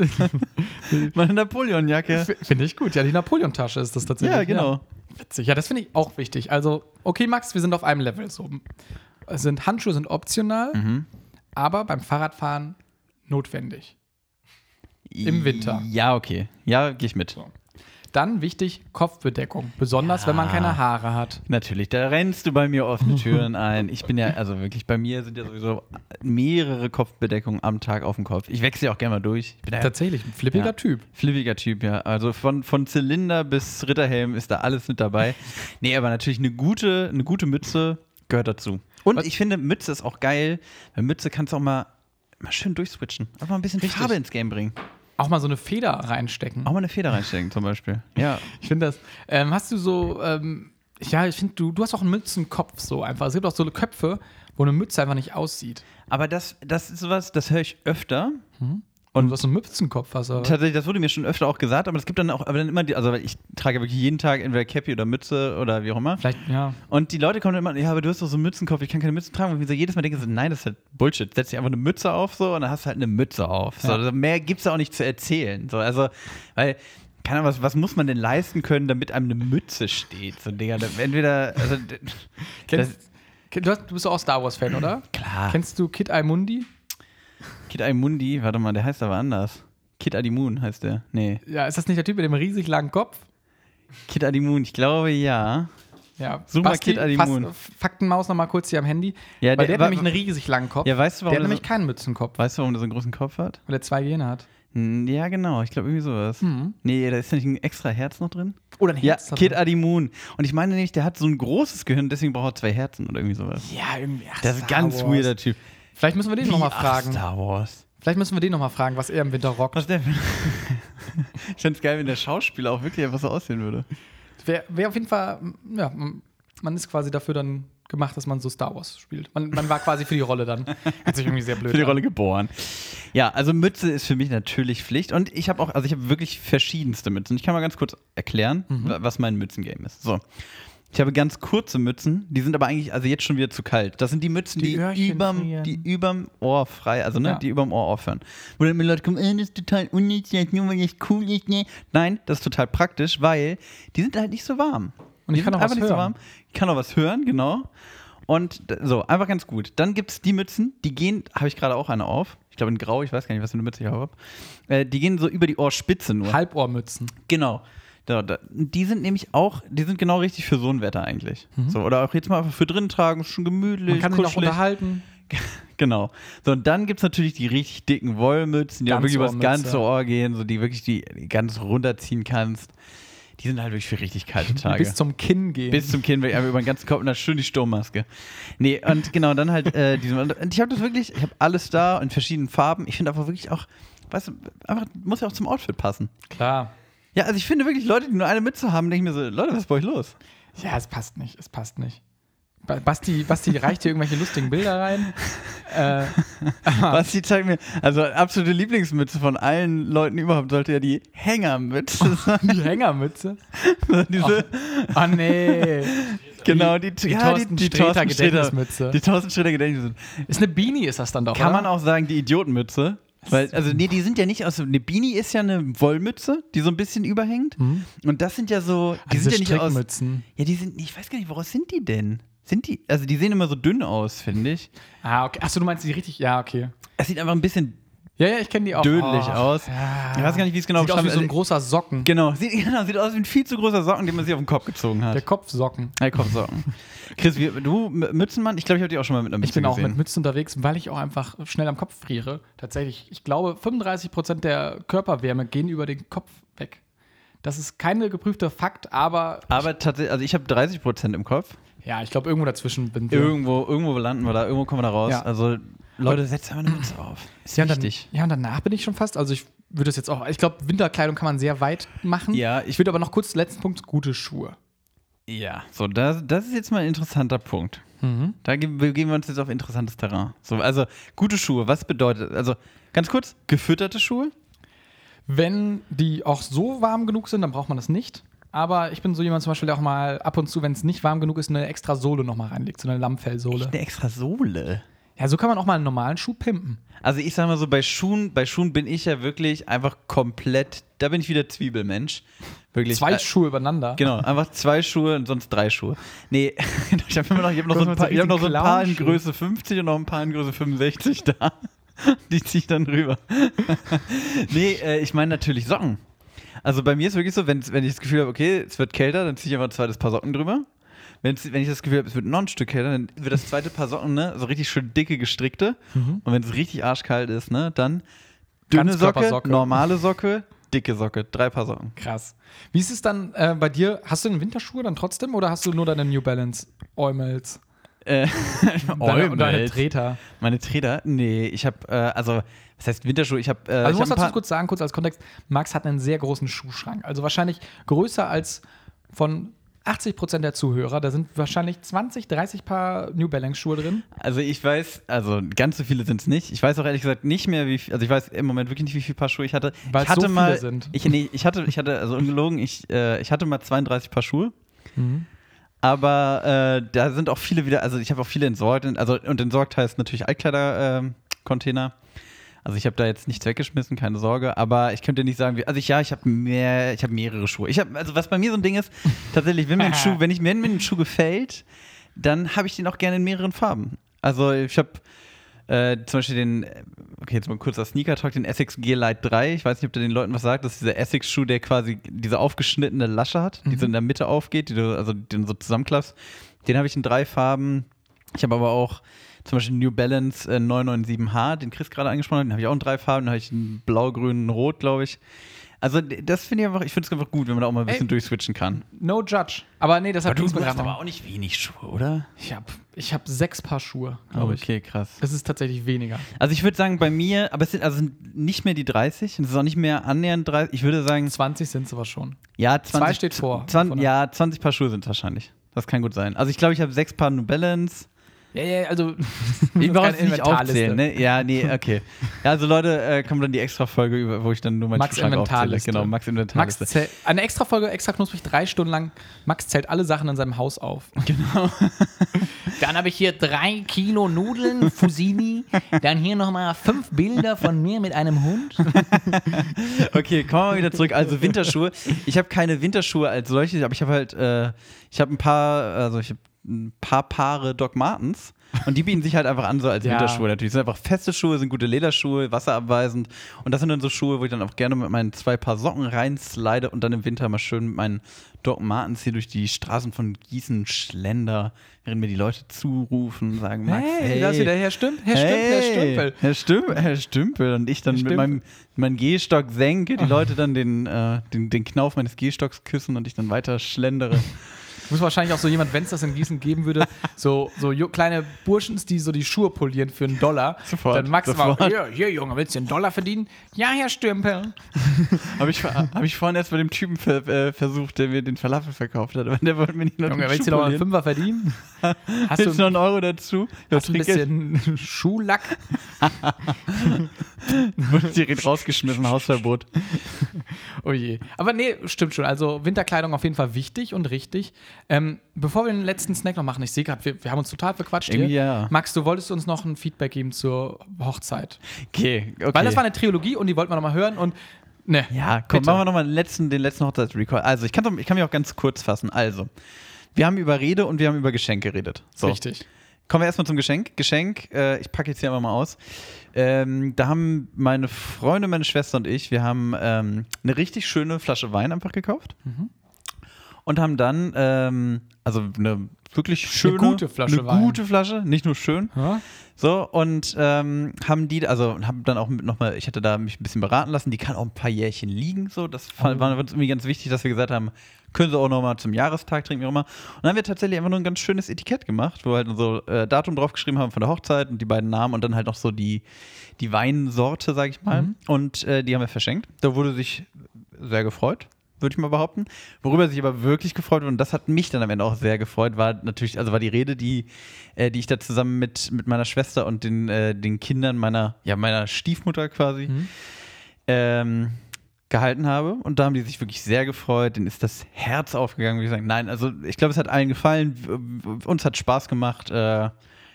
Meine Napoleonjacke. F- Finde ich gut. Ja, die Napoleon-Tasche ist das tatsächlich. Ja, genau. Ja, Witzig. Ja, das finde ich auch wichtig. Also, okay, Max, wir sind auf einem Level. So. Es Sind, Handschuhe sind optional, Mhm. aber beim Fahrradfahren notwendig. Im Winter. Ja, okay. Ja, gehe ich mit. Dann wichtig Kopfbedeckung, besonders wenn man keine Haare hat. Natürlich, da rennst du bei mir offene Türen ein. Ich bin ja, also wirklich, bei mir sind ja sowieso mehrere Kopfbedeckungen am Tag auf dem Kopf. Ich wechsle ja auch gerne mal durch. Ich bin ja Tatsächlich, ein flippiger Ja. Typ. flippiger Typ, ja. Also von, von Zylinder bis Ritterhelm ist da alles mit dabei. Nee, aber natürlich eine gute, eine gute Mütze, Gehört dazu. Und ich finde, Mütze ist auch geil, weil Mütze kannst du auch mal, mal schön durchswitchen. Einfach mal ein bisschen Richtig. Farbe ins Game bringen. Auch mal so eine Feder reinstecken. Auch mal eine Feder reinstecken zum Beispiel. Ja. Ich finde das. Ähm, hast du so, ähm, ja, ich finde, du, du hast auch einen Mützenkopf so einfach. Es gibt auch so Köpfe, wo eine Mütze einfach nicht aussieht. Aber das, das ist sowas, das höre ich öfter. Und du hast so einen Mützenkopf, hast du. Tatsächlich, das wurde mir schon öfter auch gesagt, aber es gibt dann auch, aber dann immer die, also weil ich trage wirklich jeden Tag entweder Cappy oder Mütze oder wie auch immer. Vielleicht, ja. Und die Leute kommen dann immer, ja, aber du hast doch so einen Mützenkopf, ich kann keine Mütze tragen. Und ich so jedes Mal denke, so, nein, das ist halt Bullshit. Setz dir einfach eine Mütze auf so und dann hast du halt eine Mütze auf. So, Ja. also mehr gibt's da auch nicht zu erzählen. So, also, weil, keine Ahnung, was, was muss man denn leisten können, damit einem eine Mütze steht? So, Digga, da- entweder, also, d- das, Kennst, Ken- du, hast, du bist doch auch Star Wars-Fan, oder? Klar. Kennst du Kid Aimundi? Kid Aimundi, warte mal, der heißt aber anders. Kid Adimun heißt der. Nee. Ja, ist das nicht der Typ mit dem riesig langen Kopf? Kid Adimun, ich glaube ja. Ja, Such mal Kid Adimun. Fass- Faktenmaus nochmal kurz hier am Handy. Ja, der- Weil der, hat wa- nämlich einen riesig langen Kopf. Ja, weißt du, warum der hat der nämlich so- keinen Mützenkopf, Weißt du, warum der so einen großen Kopf hat? weil er zwei Gene hat. Hm, Ja, genau, ich glaube irgendwie sowas. Nee, da ist nicht ein extra Herz noch drin? Oder ein Ja, Mhm. Herz. da Kid drin. Adimun. Und ich meine nämlich, der hat so ein großes Gehirn, deswegen braucht er zwei Herzen oder irgendwie sowas. Ja, irgendwie. Ach, Das ist ein Star ganz Wars. weirder Typ. Vielleicht müssen wir den nochmal Wie, ach, fragen. Star Wars. Vielleicht müssen wir den nochmal fragen, was er im Winter rockt. Was denn? ich fände es geil, wenn der Schauspieler auch wirklich einfach so aussehen würde. Wäre wär auf jeden Fall, m, ja, m- man ist quasi dafür dann gemacht, dass man so Star Wars spielt. Man, man war quasi für die Rolle dann. Hat sich irgendwie sehr blöd Für die an. Rolle geboren. Ja, also Mütze ist für mich natürlich Pflicht. Und ich habe auch, also ich habe wirklich verschiedenste Mützen. Ich kann mal ganz kurz erklären, Mhm. wa- was mein Mützengame ist. So. Ich habe ganz kurze Mützen, die sind aber eigentlich, also jetzt schon wieder zu kalt. Das sind die Mützen, Die die, Öhrchen überm, frieren. die überm Ohr frei, also ne, Ja. die überm Ohr aufhören. Wo dann mir Leute kommen, äh, das ist total unnütz, das ist nur weil das cool ist, ne. Nein, das ist total praktisch, weil die sind halt nicht so warm. Und ich Die kann sind auch was einfach nicht hören. Ich kann auch was hören, genau. Und d- so, einfach ganz gut. Dann gibt es die Mützen, die gehen, habe ich gerade auch eine auf. Ich glaube in Grau, ich weiß gar nicht, was für eine Mütze ich habe. Äh, die gehen so über die Ohrspitze nur. Halt. Halbohrmützen. Genau. Da, da, die sind nämlich auch, die sind genau richtig für so ein Wetter eigentlich. So, oder auch jetzt mal einfach für drin tragen, ist schon gemütlich. Mhm. Man kann sich auch kuschelig. unterhalten. Genau. So, und dann gibt es natürlich die richtig dicken Wollmützen, die auch Ganz wirklich übers Ohrmütze. ganze Ohr gehen, so die wirklich die ganz runterziehen kannst. Die sind halt wirklich für richtig kalte Tage. Bis zum Kinn gehen. Bis zum Kinn, weg, aber über den ganzen Kopf und dann schön die Sturmmaske. Nee, und genau, dann halt äh, diese. Und ich habe das wirklich, ich habe alles da in verschiedenen Farben. Ich finde einfach wirklich auch, weißt du, einfach muss ja auch zum Outfit passen. Klar. Ja, also ich finde wirklich Leute, die nur eine Mütze haben, denke ich mir so, Leute, was ist bei euch los? Ja, es passt nicht. Es passt nicht. Ba- Basti, Basti reicht dir irgendwelche lustigen Bilder rein. Äh, Was die zeigt mir, also absolute Lieblingsmütze von allen Leuten überhaupt sollte ja die Hängermütze sein. die Hängermütze. Diese, Ah, nee. genau, die, die Thorsten Sträter Thorsten Sträter- Gedächtnismütze. Die Thorsten Sträter Gedächtnismütze. Ist eine Beanie, ist das dann doch. Kann oder? man auch sagen, die Idiotenmütze. Weil, also, nee, die sind ja nicht aus. Eine Beanie ist ja eine Wollmütze, die so ein bisschen überhängt. Und das sind ja so. Die Mhm. Diese sind ja nicht aus. Strickmützen. Ja, die sind. Ich weiß gar nicht, woraus sind die denn? Sind die. Also, die sehen immer so dünn aus, finde ich. Ah, okay. Achso, du meinst die richtig. Ja, okay. Es sieht einfach ein bisschen Ja, ja, ich kenne die auch. dödlich Oh, aus. Ja. Ich weiß gar nicht, wie es genau Sieht aus wie beschreiben- so ein also- großer Socken. Genau, sieht, genau, sieht aus wie ein viel zu großer Socken, den man sich auf den Kopf gezogen Der hat. Kopfsocken. Der Kopfsocken. Chris, wie, du, M- Mützenmann, ich glaube, ich habe dich auch schon mal mit einer Mütze Ich bin auch gesehen. mit Mützen unterwegs, weil ich auch einfach schnell am Kopf friere. Tatsächlich, ich glaube, 35 Prozent der Körperwärme gehen über den Kopf weg. Das ist kein geprüfter Fakt, aber Aber tatsächlich, also ich habe 30 Prozent im Kopf. ja, ich glaube, irgendwo dazwischen bin ich. Irgendwo, irgendwo landen wir da, irgendwo kommen wir da raus. Ja. Also, Leute, setzt einfach eine Mütze auf. Ist Ja, und dann, ja, und danach bin ich schon fast. Also ich würde es jetzt auch, ich glaube, Winterkleidung kann man sehr weit machen. Ja, ich- ich würde aber noch kurz, letzten Punkt, gute Schuhe. Ja, Mhm. so, das, das ist jetzt mal ein interessanter Punkt. Da ge begeben wir uns jetzt auf interessantes Terrain. So, also, gute Schuhe, was bedeutet, also, ganz kurz, gefütterte Schuhe? Wenn die auch so warm genug sind, dann braucht man das nicht. Aber ich bin so jemand zum Beispiel, der auch mal ab und zu, wenn es nicht warm genug ist, eine extra Sohle nochmal reinlegt, so eine Lammfellsohle. Eine extra Sohle. Ja, so kann man auch mal einen normalen Schuh pimpen. Also, ich sag mal so, bei Schuhen, bei Schuhen bin ich ja wirklich einfach komplett, da bin ich wieder Zwiebelmensch. Wirklich. Zwei äh, Schuhe übereinander. Genau, einfach zwei Schuhe und sonst drei Schuhe. Nee, ich habe immer noch, ich hab noch so Guck mal, ein paar, so ich hab noch so ein paar in Clown-Schuhe. Größe 50 und noch ein paar in Größe 65 da. Die zieh ich dann rüber. nee, äh, ich meine natürlich Socken. Also bei mir ist wirklich so, wenn's- wenn ich das Gefühl habe, okay, es wird kälter, dann ziehe ich einfach ein zweites Paar Socken drüber. Wenn's, wenn ich das Gefühl habe, es wird noch ein Stück kälter, dann wird das zweite Paar Socken, ne, so richtig schön dicke, gestrickte. Mhm. Und wenn es richtig arschkalt ist, ne, dann dünne Socke, Ganzkörpersocke. normale Socke, dicke Socke, drei Paar Socken. Krass. Wie ist es dann äh, bei dir? Hast du denn Winterschuhe dann trotzdem oder hast du nur deine New Balance Eumels? Äh, Deine, und deine Eumelt. Treter. Meine Träder? Nee, ich habe, äh, also, was heißt Winterschuhe? Ich habe. Äh, Also, ich ich muss hab ein dazu paar- kurz sagen, kurz als Kontext: Max hat einen sehr großen Schuhschrank. Also, wahrscheinlich größer als von 80 Prozent der Zuhörer. Da sind wahrscheinlich 20, 30 Paar New Balance Schuhe drin. Also ich weiß, also ganz so viele sind es nicht. Ich weiß auch ehrlich gesagt nicht mehr, wie viel, also ich weiß im Moment wirklich nicht, wie viele Paar Schuhe ich hatte. Weil's ich hatte so viele mal, sind. Ich, nee, ich hatte, ich hatte, also ungelogen, ich, äh, ich hatte mal 32 Paar Schuhe. Aber äh, da sind auch viele wieder, also ich habe auch viele entsorgt. und- Also, und entsorgt heißt natürlich Altkleider-Container. also ich habe da jetzt nichts weggeschmissen, keine Sorge. Aber ich könnte nicht sagen, wie, also ich, ja, ich habe mehr, ich habe mehrere Schuhe. Ich habe, also was bei mir so ein Ding ist, tatsächlich, wenn mir ein Schuh, wenn ich wenn mir ein Schuh gefällt, dann habe ich den auch gerne in mehreren Farben. Also ich habe äh, zum Beispiel den, äh, okay, jetzt mal kurz das Sneaker Talk, den Essex Gear Light 3. Ich weiß nicht, ob der den Leuten was sagt. Das ist dieser Essex-Schuh, der quasi diese aufgeschnittene Lasche hat, die so in der Mitte aufgeht, die du, also den so zusammenklappst. Den habe ich in drei Farben. Ich habe aber auch zum Beispiel New Balance äh, 997H, den Chris gerade angesprochen hat. Den habe ich auch in drei Farben. Den habe ich in blau, grün, rot, glaube ich. Also d- das finde ich einfach, ich finde es einfach gut, wenn man da auch mal ein bisschen Ey. durchswitchen kann. No judge. Aber nee, das hat nichts mit Rahmen. auch nicht wenig Schuhe, oder? Ich habe ich hab sechs Paar Schuhe, glaube ich. Oh, Okay, krass. Es ist tatsächlich weniger. Also ich würde sagen, bei mir, aber es sind also sind nicht mehr die 30, und es ist auch nicht mehr annähernd 30. Ich würde sagen, 20 sind es aber schon. ja, 20, Zwei steht vor. 20, Von- ja, 20 Paar Schuhe sind es wahrscheinlich. Das kann gut sein. Also ich glaube, ich habe sechs Paar New Balance. Ja, ja, also. Ich brauche brauche es nicht aufzählen, ne? Ja, nee, okay. Ja, also Leute, äh, kommt dann die extra Folge, über- wo ich dann nur mein Max Inventarliste. Genau, Max Max Inventarliste. zählt, eine extra Folge, extra knusprig, drei Stunden lang. Max zählt alle Sachen in seinem Haus auf. genau. Dann habe ich hier drei Kilo Nudeln, Fusini. Dann hier nochmal fünf Bilder von mir mit einem Hund. Okay, kommen wir mal wieder zurück. Also Winterschuhe. Ich habe keine Winterschuhe als solche, aber ich habe halt, äh, ich habe ein paar, also ich habe ein paar Paare Doc Martens. Und die bieten sich halt einfach an, so als Ja. Winterschuhe natürlich. Das sind einfach feste Schuhe, sind gute Lederschuhe, wasserabweisend. Und das sind dann so Schuhe, wo ich dann auch gerne mit meinen zwei Paar Socken reinslide und dann im Winter mal schön mit meinen Doc Martens hier durch die Straßen von Gießen schlender, während mir die Leute zurufen und sagen, Max, Hey, hey, da ist wieder Herr Stümpel. Herr Stümpel, Herr Stümpel. Herr Stümpel. Herr Stümpel. Und ich dann Herr mit Stümpel. Ah. meinem, meinem Gehstock senke, die Leute dann den, äh, den, den Knauf meines Gehstocks küssen und ich dann weiter schlendere. Muss wahrscheinlich auch so jemand, wenn es das in Gießen geben würde, so, so ju- kleine Burschens, die so die Schuhe polieren für einen Dollar. Sofort, Dann Max sofort. war, hier, hier, Junge, willst du einen Dollar verdienen? Ja, Herr Stümpel. Habe ich, hab ich vorhin erst bei dem Typen ver, äh, versucht, der mir den Falafel verkauft hat, aber der wollte mir nicht noch Junge, den willst Schuh du noch einen polieren. Fünfer verdienen? Willst Hast du noch du einen Euro dazu? hast du ein Trinkgeld? bisschen Schuhlack? Wurde direkt rausgeschmissen, Hausverbot. Oh je. Aber nee, stimmt schon. Also Winterkleidung auf jeden Fall wichtig und richtig. Ähm, bevor wir den letzten Snack noch machen, ich sehe gerade, wir, wir haben uns total verquatscht hier. Irgendwie ja. Max, du wolltest uns noch ein Feedback geben zur Hochzeit. Okay, okay. Weil das war eine Trilogie und die wollten wir nochmal hören und ne. Ja, komm, bitte. machen wir nochmal den letzten, den letzten Hochzeitsrecall. Also, ich kann, doch- ich kann mich auch ganz kurz fassen. Also, wir haben über Rede und wir haben über Geschenk geredet. So. Richtig. Kommen wir erstmal zum Geschenk. Geschenk, äh, ich packe jetzt hier einfach mal aus. Ähm, da haben meine Freunde, meine Schwester und ich, wir haben ähm, eine richtig schöne Flasche Wein einfach gekauft. Mhm. Und haben dann, ähm, also eine wirklich schöne, gute Flasche eine Wein. gute Flasche, nicht nur schön. Ja? So, und ähm, haben die, also haben dann auch nochmal, ich hatte da mich ein bisschen beraten lassen, die kann auch ein paar Jährchen liegen, so, das fa- war uns irgendwie ganz wichtig, dass wir gesagt haben, können sie auch nochmal zum Jahrestag trinken, wie auch immer. Und dann haben wir tatsächlich einfach nur ein ganz schönes Etikett gemacht, wo wir halt so äh, Datum draufgeschrieben haben von der Hochzeit und die beiden Namen und dann halt noch so die, die Weinsorte, sag ich mal. Und äh, die haben wir verschenkt. Da wurde sich sehr gefreut. Würde ich mal behaupten. Worüber er sich aber wirklich gefreut hat, und das hat mich dann am Ende auch sehr gefreut, war natürlich, also war die Rede, die, äh, die ich da zusammen mit, mit meiner Schwester und den, äh, den Kindern meiner, ja, meiner Stiefmutter quasi Mhm. ähm, gehalten habe. Und da haben die sich wirklich sehr gefreut. Denen ist das Herz aufgegangen, würde ich sagen. Nein, also ich glaube, es hat allen gefallen. W- w- Uns hat Spaß gemacht. Äh,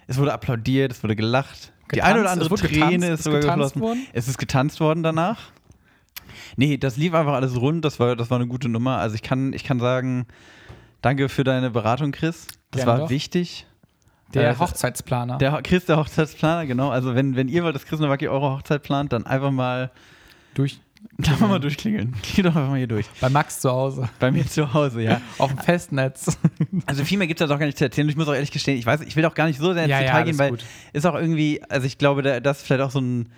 es wurde applaudiert, es wurde gelacht. die Getanzt, eine oder es andere wurde Träne getanzt, ist ist sogar getanzt geflossen. worden? Es ist getanzt worden danach. Nee, das lief einfach alles rund. Das war, das war eine gute Nummer. Also ich kann, ich kann sagen, danke für deine Beratung, Chris. Das Gerne war doch. wichtig. Der Äh, Hochzeitsplaner. Der Ho- Chris, der Hochzeitsplaner, genau. Also wenn, wenn ihr wollt, dass Chris Nowacki eure Hochzeit plant, dann einfach mal, durch einfach mal durchklingeln. Geh doch einfach mal hier durch. bei Max zu Hause. Bei mir zu Hause, ja. Auf dem Festnetz. Also viel mehr gibt es da doch gar nicht zu erzählen. Ich muss auch ehrlich gestehen, ich weiß, ich will auch gar nicht so sehr ins Ja, ja, Detail alles gehen, weil gut. ist auch irgendwie, also ich glaube, da, das ist vielleicht auch so ein.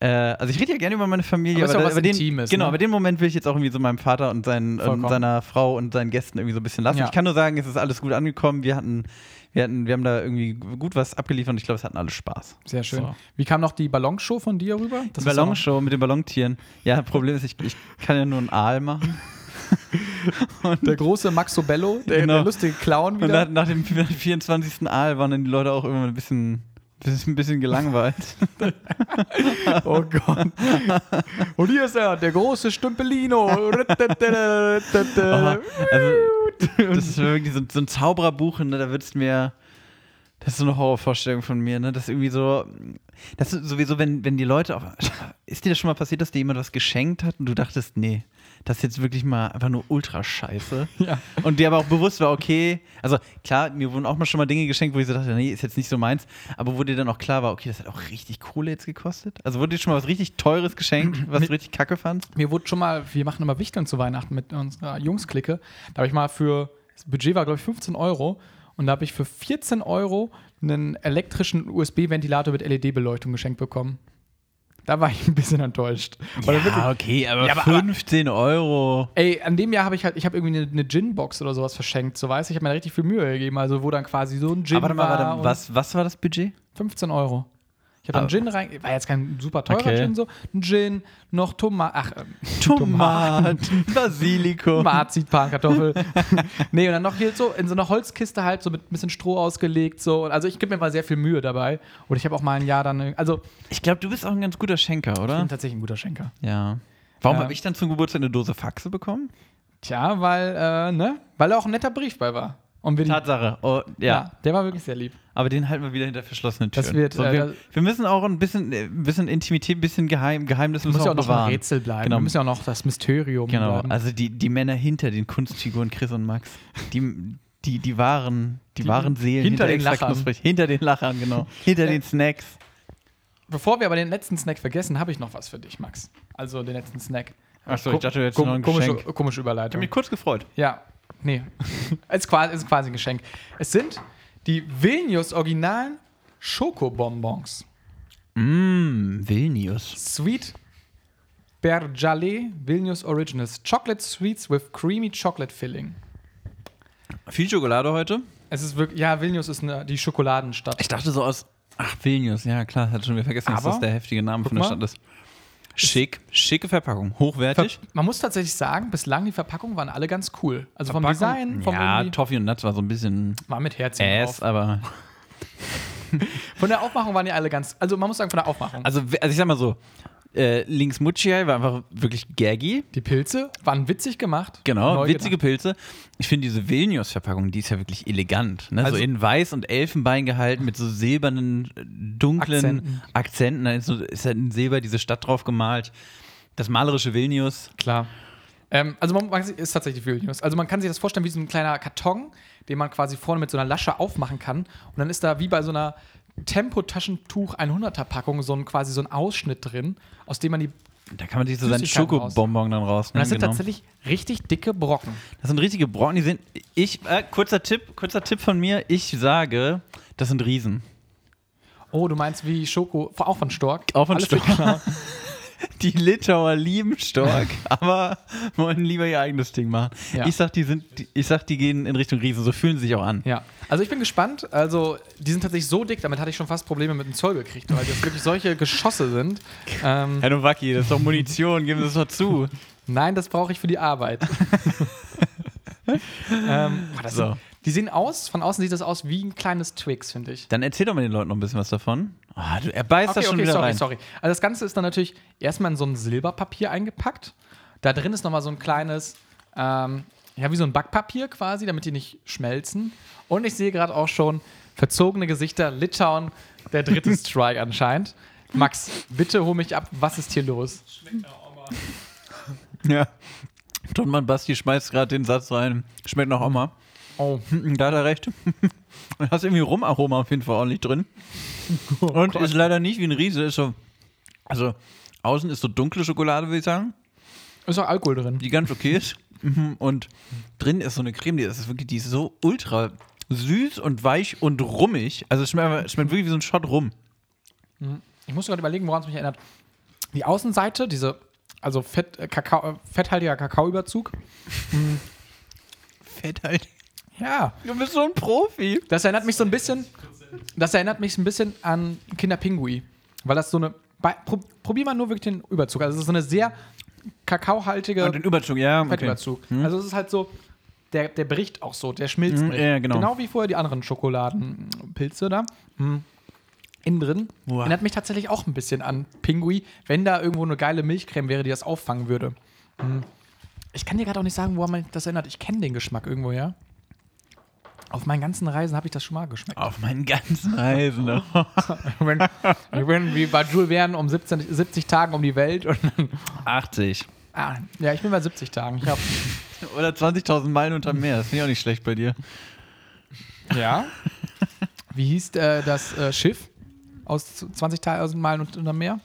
Äh, also ich rede ja gerne über meine Familie, Aber ist ja auch da- was über den, Intimes, genau, ne? aber den Moment will ich jetzt auch irgendwie so meinem Vater und, seinen, und Vollkommen. seiner Frau und seinen Gästen irgendwie so ein bisschen lassen. Ja. Ich kann nur sagen, es ist alles gut angekommen. Wir hatten, Wir, hatten, wir haben da irgendwie gut was abgeliefert und ich glaube, es hatten alle Spaß. Sehr schön. So. Wie kam noch die Ballonshow von dir rüber? Die Das ist auch- Ballonshow mit den Ballontieren. Ja, Problem ist, ich, ich kann ja nur einen Aal machen. Der große Max Sobello, der, Genau. der lustige Clown Und wieder. nach, nach dem 24. Aal waren dann die Leute auch immer ein bisschen, bisschen, ein bisschen gelangweilt. Oh Gott. Und hier ist er, der große Stümpelino. Aber, also, das ist wirklich so, so ein Zaubererbuch, ne? da wird es mir. Das ist so eine Horrorvorstellung von mir, ne? Das ist irgendwie so. Das ist sowieso, wenn, wenn die Leute auch. Ist dir das schon mal passiert, dass dir jemand was geschenkt hat und du dachtest, nee, das ist jetzt wirklich mal einfach nur ultra scheiße? Ja. Und dir aber auch bewusst war, okay, also klar, mir wurden auch mal schon mal Dinge geschenkt, wo ich so dachte, nee, ist jetzt nicht so meins, aber wo dir dann auch klar war, okay, das hat auch richtig Kohle jetzt gekostet. Also wurde dir schon mal was richtig Teures geschenkt, was du richtig kacke fandst? Mir wurde schon mal, wir machen immer Wichteln zu Weihnachten mit unserer Jungsklicke. Da habe ich mal für, das Budget war glaube ich 15 Euro. Und da habe ich für 14 Euro einen elektrischen USB-Ventilator mit LED-Beleuchtung geschenkt bekommen. Da war ich ein bisschen enttäuscht. Weil wirklich- okay, aber, Ja, aber- 15 Euro. Ey, an dem Jahr habe ich halt, ich habe irgendwie eine, eine Gin-Box oder sowas verschenkt, so weißt du. Ich habe mir da richtig viel Mühe gegeben, also wo dann quasi so ein Gin Aber warte mal, war. warte, mal, und was, was war das Budget? 15 Euro. Ich habe Aber- dann Gin rein, war jetzt kein super teurer Okay. Gin so, ein Gin, noch Tomaten, ach, ähm, Tomaten, Basilikum. Marzipankartoffel. nee, und dann noch hier so in so einer Holzkiste halt, so mit ein bisschen Stroh ausgelegt, so. Und Also ich gebe mir mal sehr viel Mühe dabei. Und ich habe auch mal ein Jahr dann, also Ich glaube, du bist auch ein ganz guter Schenker, ich oder? bin tatsächlich ein guter Schenker. Ja. Warum Ja. habe ich dann zum Geburtstag eine Dose Faxe bekommen? Tja, weil, äh, ne, weil da auch ein netter Brief bei war. Und wir die, Tatsache. Oh, ja. ja, der war wirklich sehr lieb. Aber den halten wir wieder hinter verschlossenen Türen. Das wird, so, äh, wir, das- wir müssen auch ein bisschen, äh, ein bisschen Intimität, ein bisschen Geheim, Geheimnis müssen Muss wir ja auch auch noch ein bewahren. Rätsel bleiben. Genau. Wir müssen ja auch noch das Mysterium genau. bleiben. Also die, die Männer hinter den Kunstfiguren Chris und Max, die, die, die wahren, die, wahren Seelen hinter den Extra Lachern. Knusprig, hinter den Lachern, genau. hinter den Snacks. Bevor wir aber den letzten Snack vergessen, habe ich noch was für dich, Max. Also den letzten Snack. Achso, Ko- kom- komische, komische Überleitung. kurz gefreut. Ja, nee. ist, quasi, ist quasi ein Geschenk. Es sind die Vilnius originalen Schokobonbons. Mmm, Vilnius. Sweet Berjale Vilnius Originals. Chocolate Sweets with Creamy Chocolate Filling. Viel Schokolade heute. Es ist wirklich, ja, Vilnius ist eine, die Schokoladenstadt. Ich dachte so aus. Ach, Vilnius, ja klar, hatte schon wieder vergessen, dass Aber- das der heftige Name von der mal. Stadt ist. Schick, schicke Verpackung, hochwertig. Man muss tatsächlich sagen, bislang die Verpackungen waren alle ganz cool. Also vom Verpackung- Design, vom ja, Äh, irgendwie- Toffee und Nuts war so ein bisschen war mit Herzchen Ass, drauf. aber. Von der Aufmachung waren die alle ganz, also man muss sagen, von der Aufmachung. Also, also ich sag mal so, äh, links Mutschiai war einfach wirklich gaggy. die Pilze waren witzig gemacht. Genau, neu witzige gedacht. Pilze. Ich finde diese Vilnius-Verpackung, die ist ja wirklich elegant. Ne? Also- so in weiß und Elfenbein gehalten mit so silbernen, äh, dunklen Akzenten. Akzenten. Da ist, so, ist ja in Silber diese Stadt drauf gemalt. Das malerische Vilnius. Klar. Ähm, also man, man ist tatsächlich Vilnius. Also man kann sich das vorstellen wie so ein kleiner Karton, den man quasi vorne mit so einer Lasche aufmachen kann. Und dann ist da wie bei so einer Tempo-Taschentuch 100er Packung so ein, quasi so ein Ausschnitt drin, aus dem man die. Da kann man sich so seinen Süßigkeiten raus. Schokobonbon dann Und rausnehmen. das sind genau. tatsächlich richtig dicke Brocken. das sind richtige Brocken, die sind. Ich, äh, kurzer Tipp, kurzer Tipp von mir, ich sage, das sind Riesen. Oh, du meinst wie Schoko, auch von Stork. Auch von Alles Stork. wird klar. Die Litauer lieben Stork, aber wollen lieber ihr eigenes Ding machen. Ja. Ich sag, die sind, die- ich sag, die gehen in Richtung Riesen, so fühlen sie sich auch an. Ja, also ich bin gespannt. Also, die sind tatsächlich so dick, damit hatte ich schon fast Probleme mit dem Zoll gekriegt, weil das wirklich solche Geschosse sind. Ähm, Herr Nowacki, das ist doch Munition, geben Sie es doch zu. Nein, das brauche ich für die Arbeit. ähm, boah, das So. sind, die sehen aus, von außen sieht das aus wie ein kleines Twix, finde ich. Dann erzähl doch mal den Leuten noch ein bisschen was davon. Ah, du, er beißt das schon wieder sorry, rein. sorry. Also das Ganze ist dann natürlich erstmal in so ein Silberpapier eingepackt. Da drin ist nochmal so ein kleines, ähm, ja, wie so ein Backpapier quasi, damit die nicht schmelzen. Und ich sehe gerade auch schon verzogene Gesichter, Litauen, der dritte Strike anscheinend. Max, bitte hol mich ab, was ist hier los? Ja. Tonmann Basti schmeißt gerade den Satz rein. Schmeckt nach Oma. Oh, Da hat er recht. Du hast irgendwie Rumaroma auf jeden Fall ordentlich drin. Oh Und ist leider nicht wie ein Riese. Ist so, also außen ist so dunkle Schokolade, würde ich sagen, ist auch Alkohol drin. die ganz okay ist. Mhm. Und drin ist so eine Creme, die ist wirklich, die ist so ultra süß und weich und rummig. Also es schmeckt, einfach- schmeckt wirklich wie so ein Shot rum. Ich muss gerade überlegen, woran es mich erinnert. Die Außenseite, diese, also Fett, äh, Kakao, äh, fetthaltiger Kakaoüberzug. Fett halt. Ja. Du bist so ein Profi. Das erinnert mich so ein bisschen. Das erinnert mich ein bisschen an Kinderpingui. Weil das so eine. bei- Pro, probier mal nur wirklich den Überzug. Also, es ist so eine sehr kakaohaltige Und den Überzug, ja. Okay. Hm? Fettüberzug. Also, es ist halt so. Der, der bricht auch so, der schmilzt. Mhm, mit. ja, genau. genau wie vorher die anderen Schokoladenpilze da. Mhm. Innen drin. Boah. Erinnert mich tatsächlich auch ein bisschen an Pingui, wenn da irgendwo eine geile Milchcreme wäre, die das auffangen würde. Mhm. Ich kann dir gerade auch nicht sagen, woran man das erinnert. Ich kenne den Geschmack irgendwo, ja. Auf meinen ganzen Reisen habe ich das schon mal geschmeckt. Auf meinen ganzen Reisen. Ich bin, ich bin wie bei Jules Verne um 17, 70 Tagen um die Welt. Und, 80. ah, ja, ich bin bei 70 Tagen. Ich hab, Oder 20.000 Meilen unter Meer. Das finde ich auch nicht schlecht bei dir. ja. Wie hieß äh, das äh, Schiff aus 20.000 Meilen und unter Meer?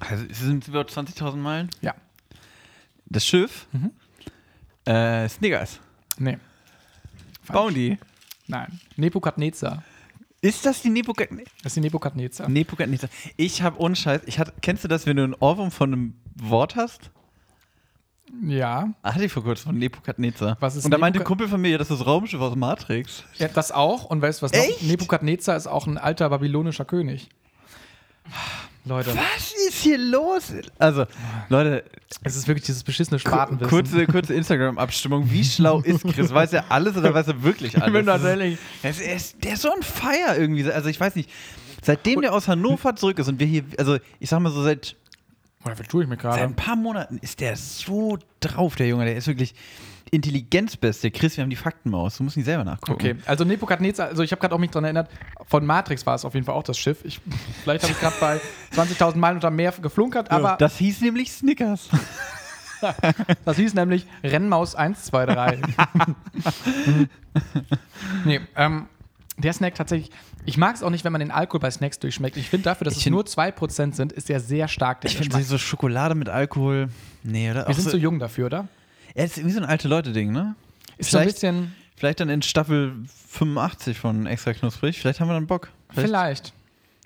Also sind wir 20.000 Meilen? Ja. Das Schiff? Äh, Snickers. Nee. Bounty. Nein. Nebukadnezar. Ist das die Nebukadnezar? Das ist die Nebukadnezar. Ne- Nebukadnezar. Ich habe Unscheiß. Ich hatte, kennst du das, wenn du einen Ohrwurm von einem Wort hast? Ja. Ah, Hatte ich vor kurzem von Nebukadnezar. Was ist Und da meinte ein Nebuka- Kumpel von mir, ja, das ist das Raumschiff aus Matrix. ja. Das auch. Und weißt du was Echt? noch? Nebukadnezar ist auch ein alter babylonischer König. Leute, Was ist hier los? Also, Leute, es ist wirklich dieses beschissene ku- Spatenwissen. kurze, kurze Instagram-Abstimmung. Wie schlau ist Chris? Weiß er alles oder weiß er wirklich alles? Ich bin Das ist- tatsächlich. Er ist, er ist, der ist so ein Feier irgendwie. Also ich weiß nicht, seitdem der aus Hannover zurück ist und wir hier, also ich sag mal so seit, Oder vertue ich mir seit gerade? ein paar Monaten ist der so drauf, der Junge. Der ist wirklich Intelligenzbeste. Chris, wir haben die Faktenmaus. Du musst nicht selber nachgucken. Okay, also Nebukadnezar, also ich habe gerade auch mich dran erinnert, von Matrix war es auf jeden Fall auch das Schiff. Ich, vielleicht habe ich gerade bei 20.000 Meilen unter Meer geflunkert, Ja, aber das, das hieß nämlich Snickers. hieß nämlich Rennmaus 123. nee, ähm, der Snack tatsächlich, ich mag es auch nicht, wenn man den Alkohol bei Snacks durchschmeckt. Ich finde dafür, dass Ich es find- nur 2% sind, ist der sehr stark, der Ich finde Geschmack. so Schokolade mit Alkohol. Nee, oder? Wir sind zu jung dafür, oder? er ist irgendwie so ein alte Leute-Ding, ne? Ist so ein Vielleicht- bisschen, Vielleicht dann in Staffel 85 von Extra Knusprig. Vielleicht haben wir dann Bock. vielleicht.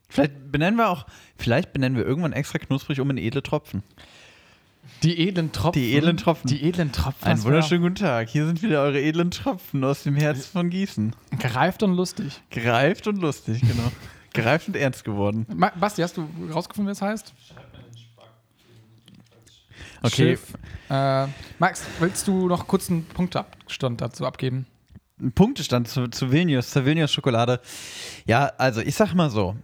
vielleicht benennen wir auch, vielleicht benennen wir irgendwann Extra Knusprig um in edle Tropfen. Die edlen Tropfen. Die edlen Tropfen. Die edlen Tropfen. Einen das war wunderschönen guten Tag. Hier sind wieder eure edlen Tropfen aus dem Herz von Gießen. Gereift und lustig. Gereift und lustig, genau. Gereift und ernst geworden. Ma- Basti, hast du rausgefunden, wie es heißt? Okay. Schiff. Äh, Max, willst du noch kurz einen Punktabstand dazu abgeben? Ein Punktestand zu, zu Vilnius, zur Vilnius Schokolade. Ja, also ich sag mal so: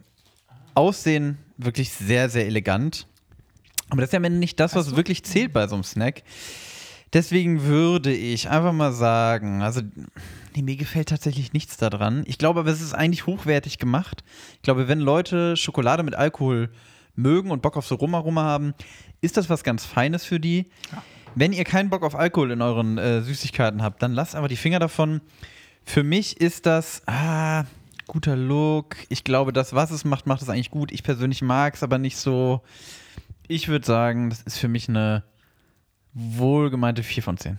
Aussehen wirklich sehr, sehr elegant. Aber das ist ja am Ende nicht das, was wirklich zählt bei so einem Snack. Deswegen würde ich einfach mal sagen, also nee, mir gefällt tatsächlich nichts daran. Ich glaube aber, es ist eigentlich hochwertig gemacht. Ich glaube, wenn Leute Schokolade mit Alkohol mögen und Bock auf so Roma-Roma haben, ist das was ganz Feines für die. Wenn ihr keinen Bock auf Alkohol in euren äh, Süßigkeiten habt, dann lasst aber die Finger davon. Für mich ist das, ah, guter Look. Ich glaube, das, was es macht, macht es eigentlich gut. Ich persönlich mag es aber nicht so. Ich würde sagen, das ist für mich eine wohlgemeinte 4 von 10.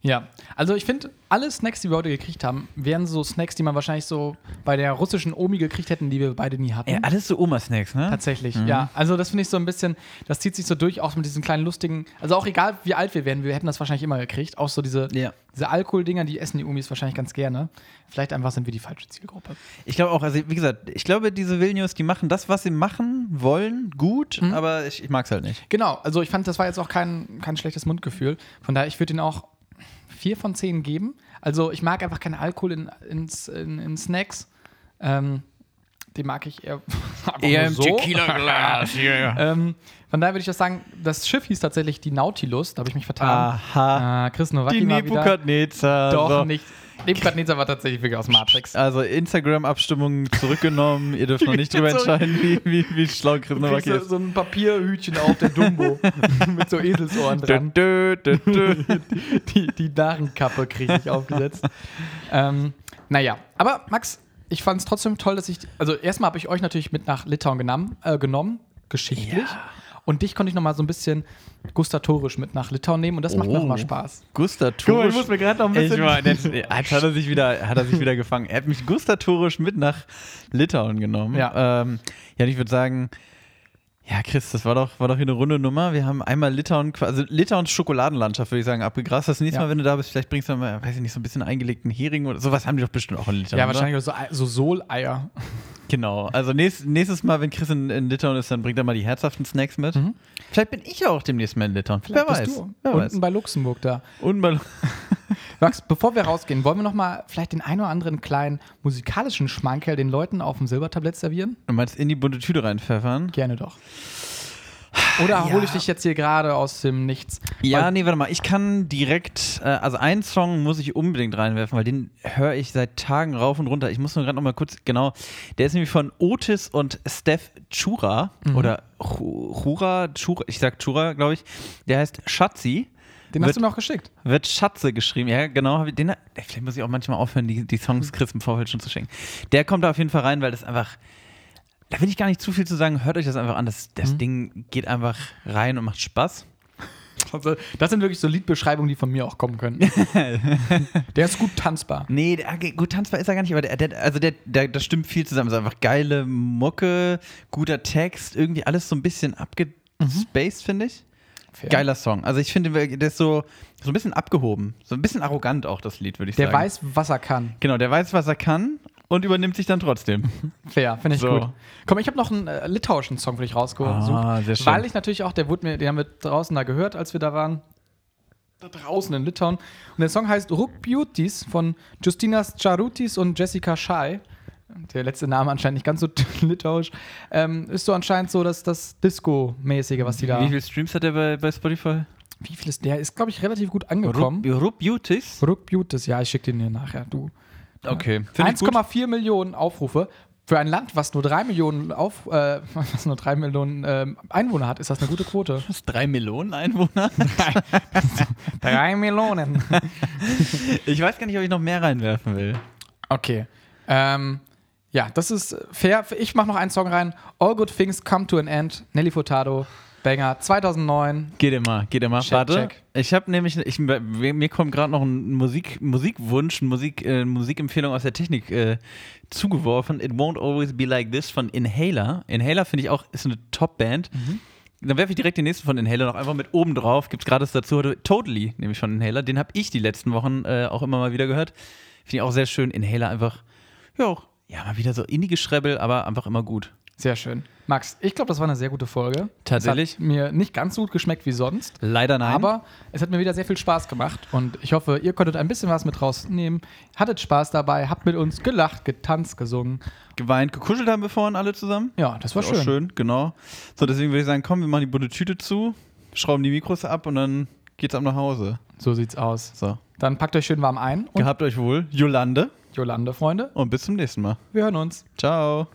Ja, also ich finde, alle Snacks, die wir heute gekriegt haben, wären so Snacks, die man wahrscheinlich so bei der russischen Omi gekriegt hätten, die wir beide nie hatten. Ja, alles so Oma-Snacks, ne? Tatsächlich, ja. Also das finde ich so ein bisschen, das zieht sich so durch, auch mit diesen kleinen lustigen, also auch egal wie alt wir werden, wir hätten das wahrscheinlich immer gekriegt. Auch so diese, Ja. diese Alkoholdinger, die essen die Omis wahrscheinlich ganz gerne. Vielleicht einfach sind wir die falsche Zielgruppe. Ich glaube auch, also wie gesagt, ich glaube, diese Vilnius, die machen das, was sie machen wollen, gut, Mhm. aber ich, ich mag es halt nicht. Genau, also ich fand, das war jetzt auch kein, kein schlechtes Mundgefühl. Von daher, ich würde ihn auch vier von zehn geben. Also ich mag einfach keinen Alkohol in, ins- in, in Snacks. Ähm, den mag ich eher, einfach nur Tequila-Glas, yeah. Ähm, von daher würde ich das sagen, das Schiff hieß tatsächlich die Nautilus, da habe ich mich vertan. Aha. Ah, Chris Nowacki Die war wieder. Nebukadnezar. Doch so. nicht. Nebukadnezar war tatsächlich wirklich aus Matrix. Also Instagram-Abstimmung zurückgenommen. Ihr dürft noch nicht drüber entscheiden, wie, wie, wie schlau Chris Du Nowak kriegst so, ist. so ein Papierhütchen auf, der Dumbo, mit so Eselsohren dran. Dö, dö, dö, dö. die, die Narrenkappe kriege ich aufgesetzt. ähm, naja, aber Max, ich fand es trotzdem toll, dass ich. Also, erstmal habe ich euch natürlich mit nach Litauen genommen, äh, genommen geschichtlich. Und dich konnte ich nochmal so ein bisschen gustatorisch mit nach Litauen nehmen und das macht Oh. nochmal Spaß. Gustatorisch. gerade noch ein ich war, jetzt, jetzt hat, er sich wieder, hat er sich wieder gefangen. Er hat mich gustatorisch mit nach Litauen genommen. Ja. ähm, ja und ich würde sagen, Ja, Chris, das war doch, war doch hier eine runde Nummer. Wir haben einmal Litauen, also Litauens Schokoladenlandschaft, würde ich sagen, abgegrast. Das nächste Ja. Mal, wenn du da bist, vielleicht bringst du mal, weiß ich nicht, so ein bisschen eingelegten Hering oder sowas haben die doch bestimmt auch in Litauen. Ja, oder? wahrscheinlich auch so, Ei- so Soleier. Genau. Also nächst, nächstes Mal, wenn Chris in, in Litauen ist, dann bringt er mal die herzhaften Snacks mit. Vielleicht bin ich ja auch demnächst mal in Litauen. wer weiß. Mhm. Bist du Wer unten weiß. bei Luxemburg da. Unbe Max, bevor wir rausgehen, wollen wir noch mal vielleicht den einen oder anderen kleinen musikalischen Schmankerl den Leuten auf dem Silbertablett servieren? du meinst in die bunte Tüte reinpfeffern? Gerne doch. Oder hole ich dich jetzt hier gerade aus dem Nichts? Ja, Weil- nee, warte mal. Ich kann direkt, äh, also einen Song muss ich unbedingt reinwerfen, weil den höre ich seit Tagen rauf und runter. Ich muss nur gerade noch mal kurz, genau. Der ist nämlich von Otis und Steph Chura oder Chu- Chura, Chura, ich sag Chura, glaube ich. Der heißt Schatzi. Den wird, hast du mir auch geschickt. Wird Schatze geschrieben, ja, genau. hab ich Den, ey, vielleicht muss ich auch manchmal aufhören, die, die Songs Chris im Vorfeld schon zu schenken. Der kommt da auf jeden Fall rein, weil das einfach. Da will ich gar nicht zu viel zu sagen. Hört euch das einfach an. Das, das Ding geht einfach rein und macht Spaß. Also, Das sind wirklich so Liedbeschreibungen, die von mir auch kommen können. Der ist gut tanzbar. Nee, der, okay, gut, tanzbar ist er gar nicht, aber der, der, also der, der, da stimmt viel zusammen. Es ist einfach geile Mucke, guter Text, irgendwie alles so ein bisschen abgespaced, finde ich. Fair. Geiler Song. Also ich finde, der ist so, so ein bisschen abgehoben. So ein bisschen arrogant auch, das Lied, würde ich Der sagen. weiß, was er kann. Genau, der weiß, was er kann und übernimmt sich dann trotzdem. Fair, finde ich So. gut. Komm, ich habe noch einen äh, litauischen Song für dich rausgesucht. Ah, sehr schön. Weil ich natürlich auch, der wurde mir, den haben wir draußen da gehört, als wir da waren. Da draußen in Litauen. Und der Song heißt Rupiutis von Justinas Charutis und Jessica Schei. Der letzte Name anscheinend nicht ganz so litauisch. Ähm, ist so anscheinend so, dass das Disco-mäßige, was die da. Wie viele Streams hat er bei, bei Spotify? Wie viel ist der? Ist, glaube ich, relativ gut angekommen. Rup- Rup Beauties. Rupiutis, ja, ich schicke den dir nachher. Du. Okay. Finde ich gut. 1,4 Millionen Aufrufe. Für ein Land, was nur 3 Millionen, auf, äh, was nur 3 Millionen ähm, Einwohner hat, ist das eine gute Quote. Fast Drei Millionen Einwohner? 3 Millionen. Ich weiß gar nicht, ob ich noch mehr reinwerfen will. Okay. Ähm, ja, das ist fair. Ich mache noch einen Song rein. All Good Things Come to an End. Nelly Furtado, Banger 2009. Geht immer, geht immer. Check, Warte. check. Ich habe nämlich, ich, mir mir kommt gerade noch ein Musik, Musikwunsch, eine Musik, äh, Musikempfehlung aus der Technik äh, zugeworfen. It Won't Always Be Like This von Inhaler. Inhaler finde ich auch, ist eine Top-Band. Dann werfe ich direkt den nächsten von Inhaler noch einfach mit oben drauf. Gibt es gratis dazu heute Totally, nämlich von Inhaler. Den habe ich die letzten Wochen äh, auch immer mal wieder gehört. Finde ich auch sehr schön. Inhaler einfach, ja, auch- ja, mal wieder so indie-Geschrebbel, aber einfach immer gut. Sehr schön. Max, ich glaube, das war eine sehr gute Folge. Tatsächlich? Es hat mir nicht ganz so gut geschmeckt wie sonst. Leider nein. Aber es hat mir wieder sehr viel Spaß gemacht und ich hoffe, ihr konntet ein bisschen was mit rausnehmen, hattet Spaß dabei, habt mit uns gelacht, getanzt, gesungen. geweint, gekuschelt haben wir vorhin alle zusammen. Ja, das war Ist auch schön. schön, genau. So, deswegen würde ich sagen, komm, wir machen die bunte Tüte zu, schrauben die Mikros ab und dann geht's ab nach Hause. So sieht's aus. So, Dann packt euch schön warm ein und gehabt euch wohl, Jolande Jolande, Freunde, und bis zum nächsten Mal. wir hören uns. Ciao.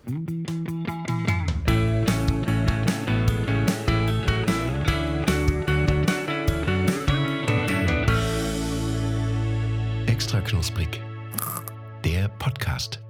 Extra knusprig. Der Podcast.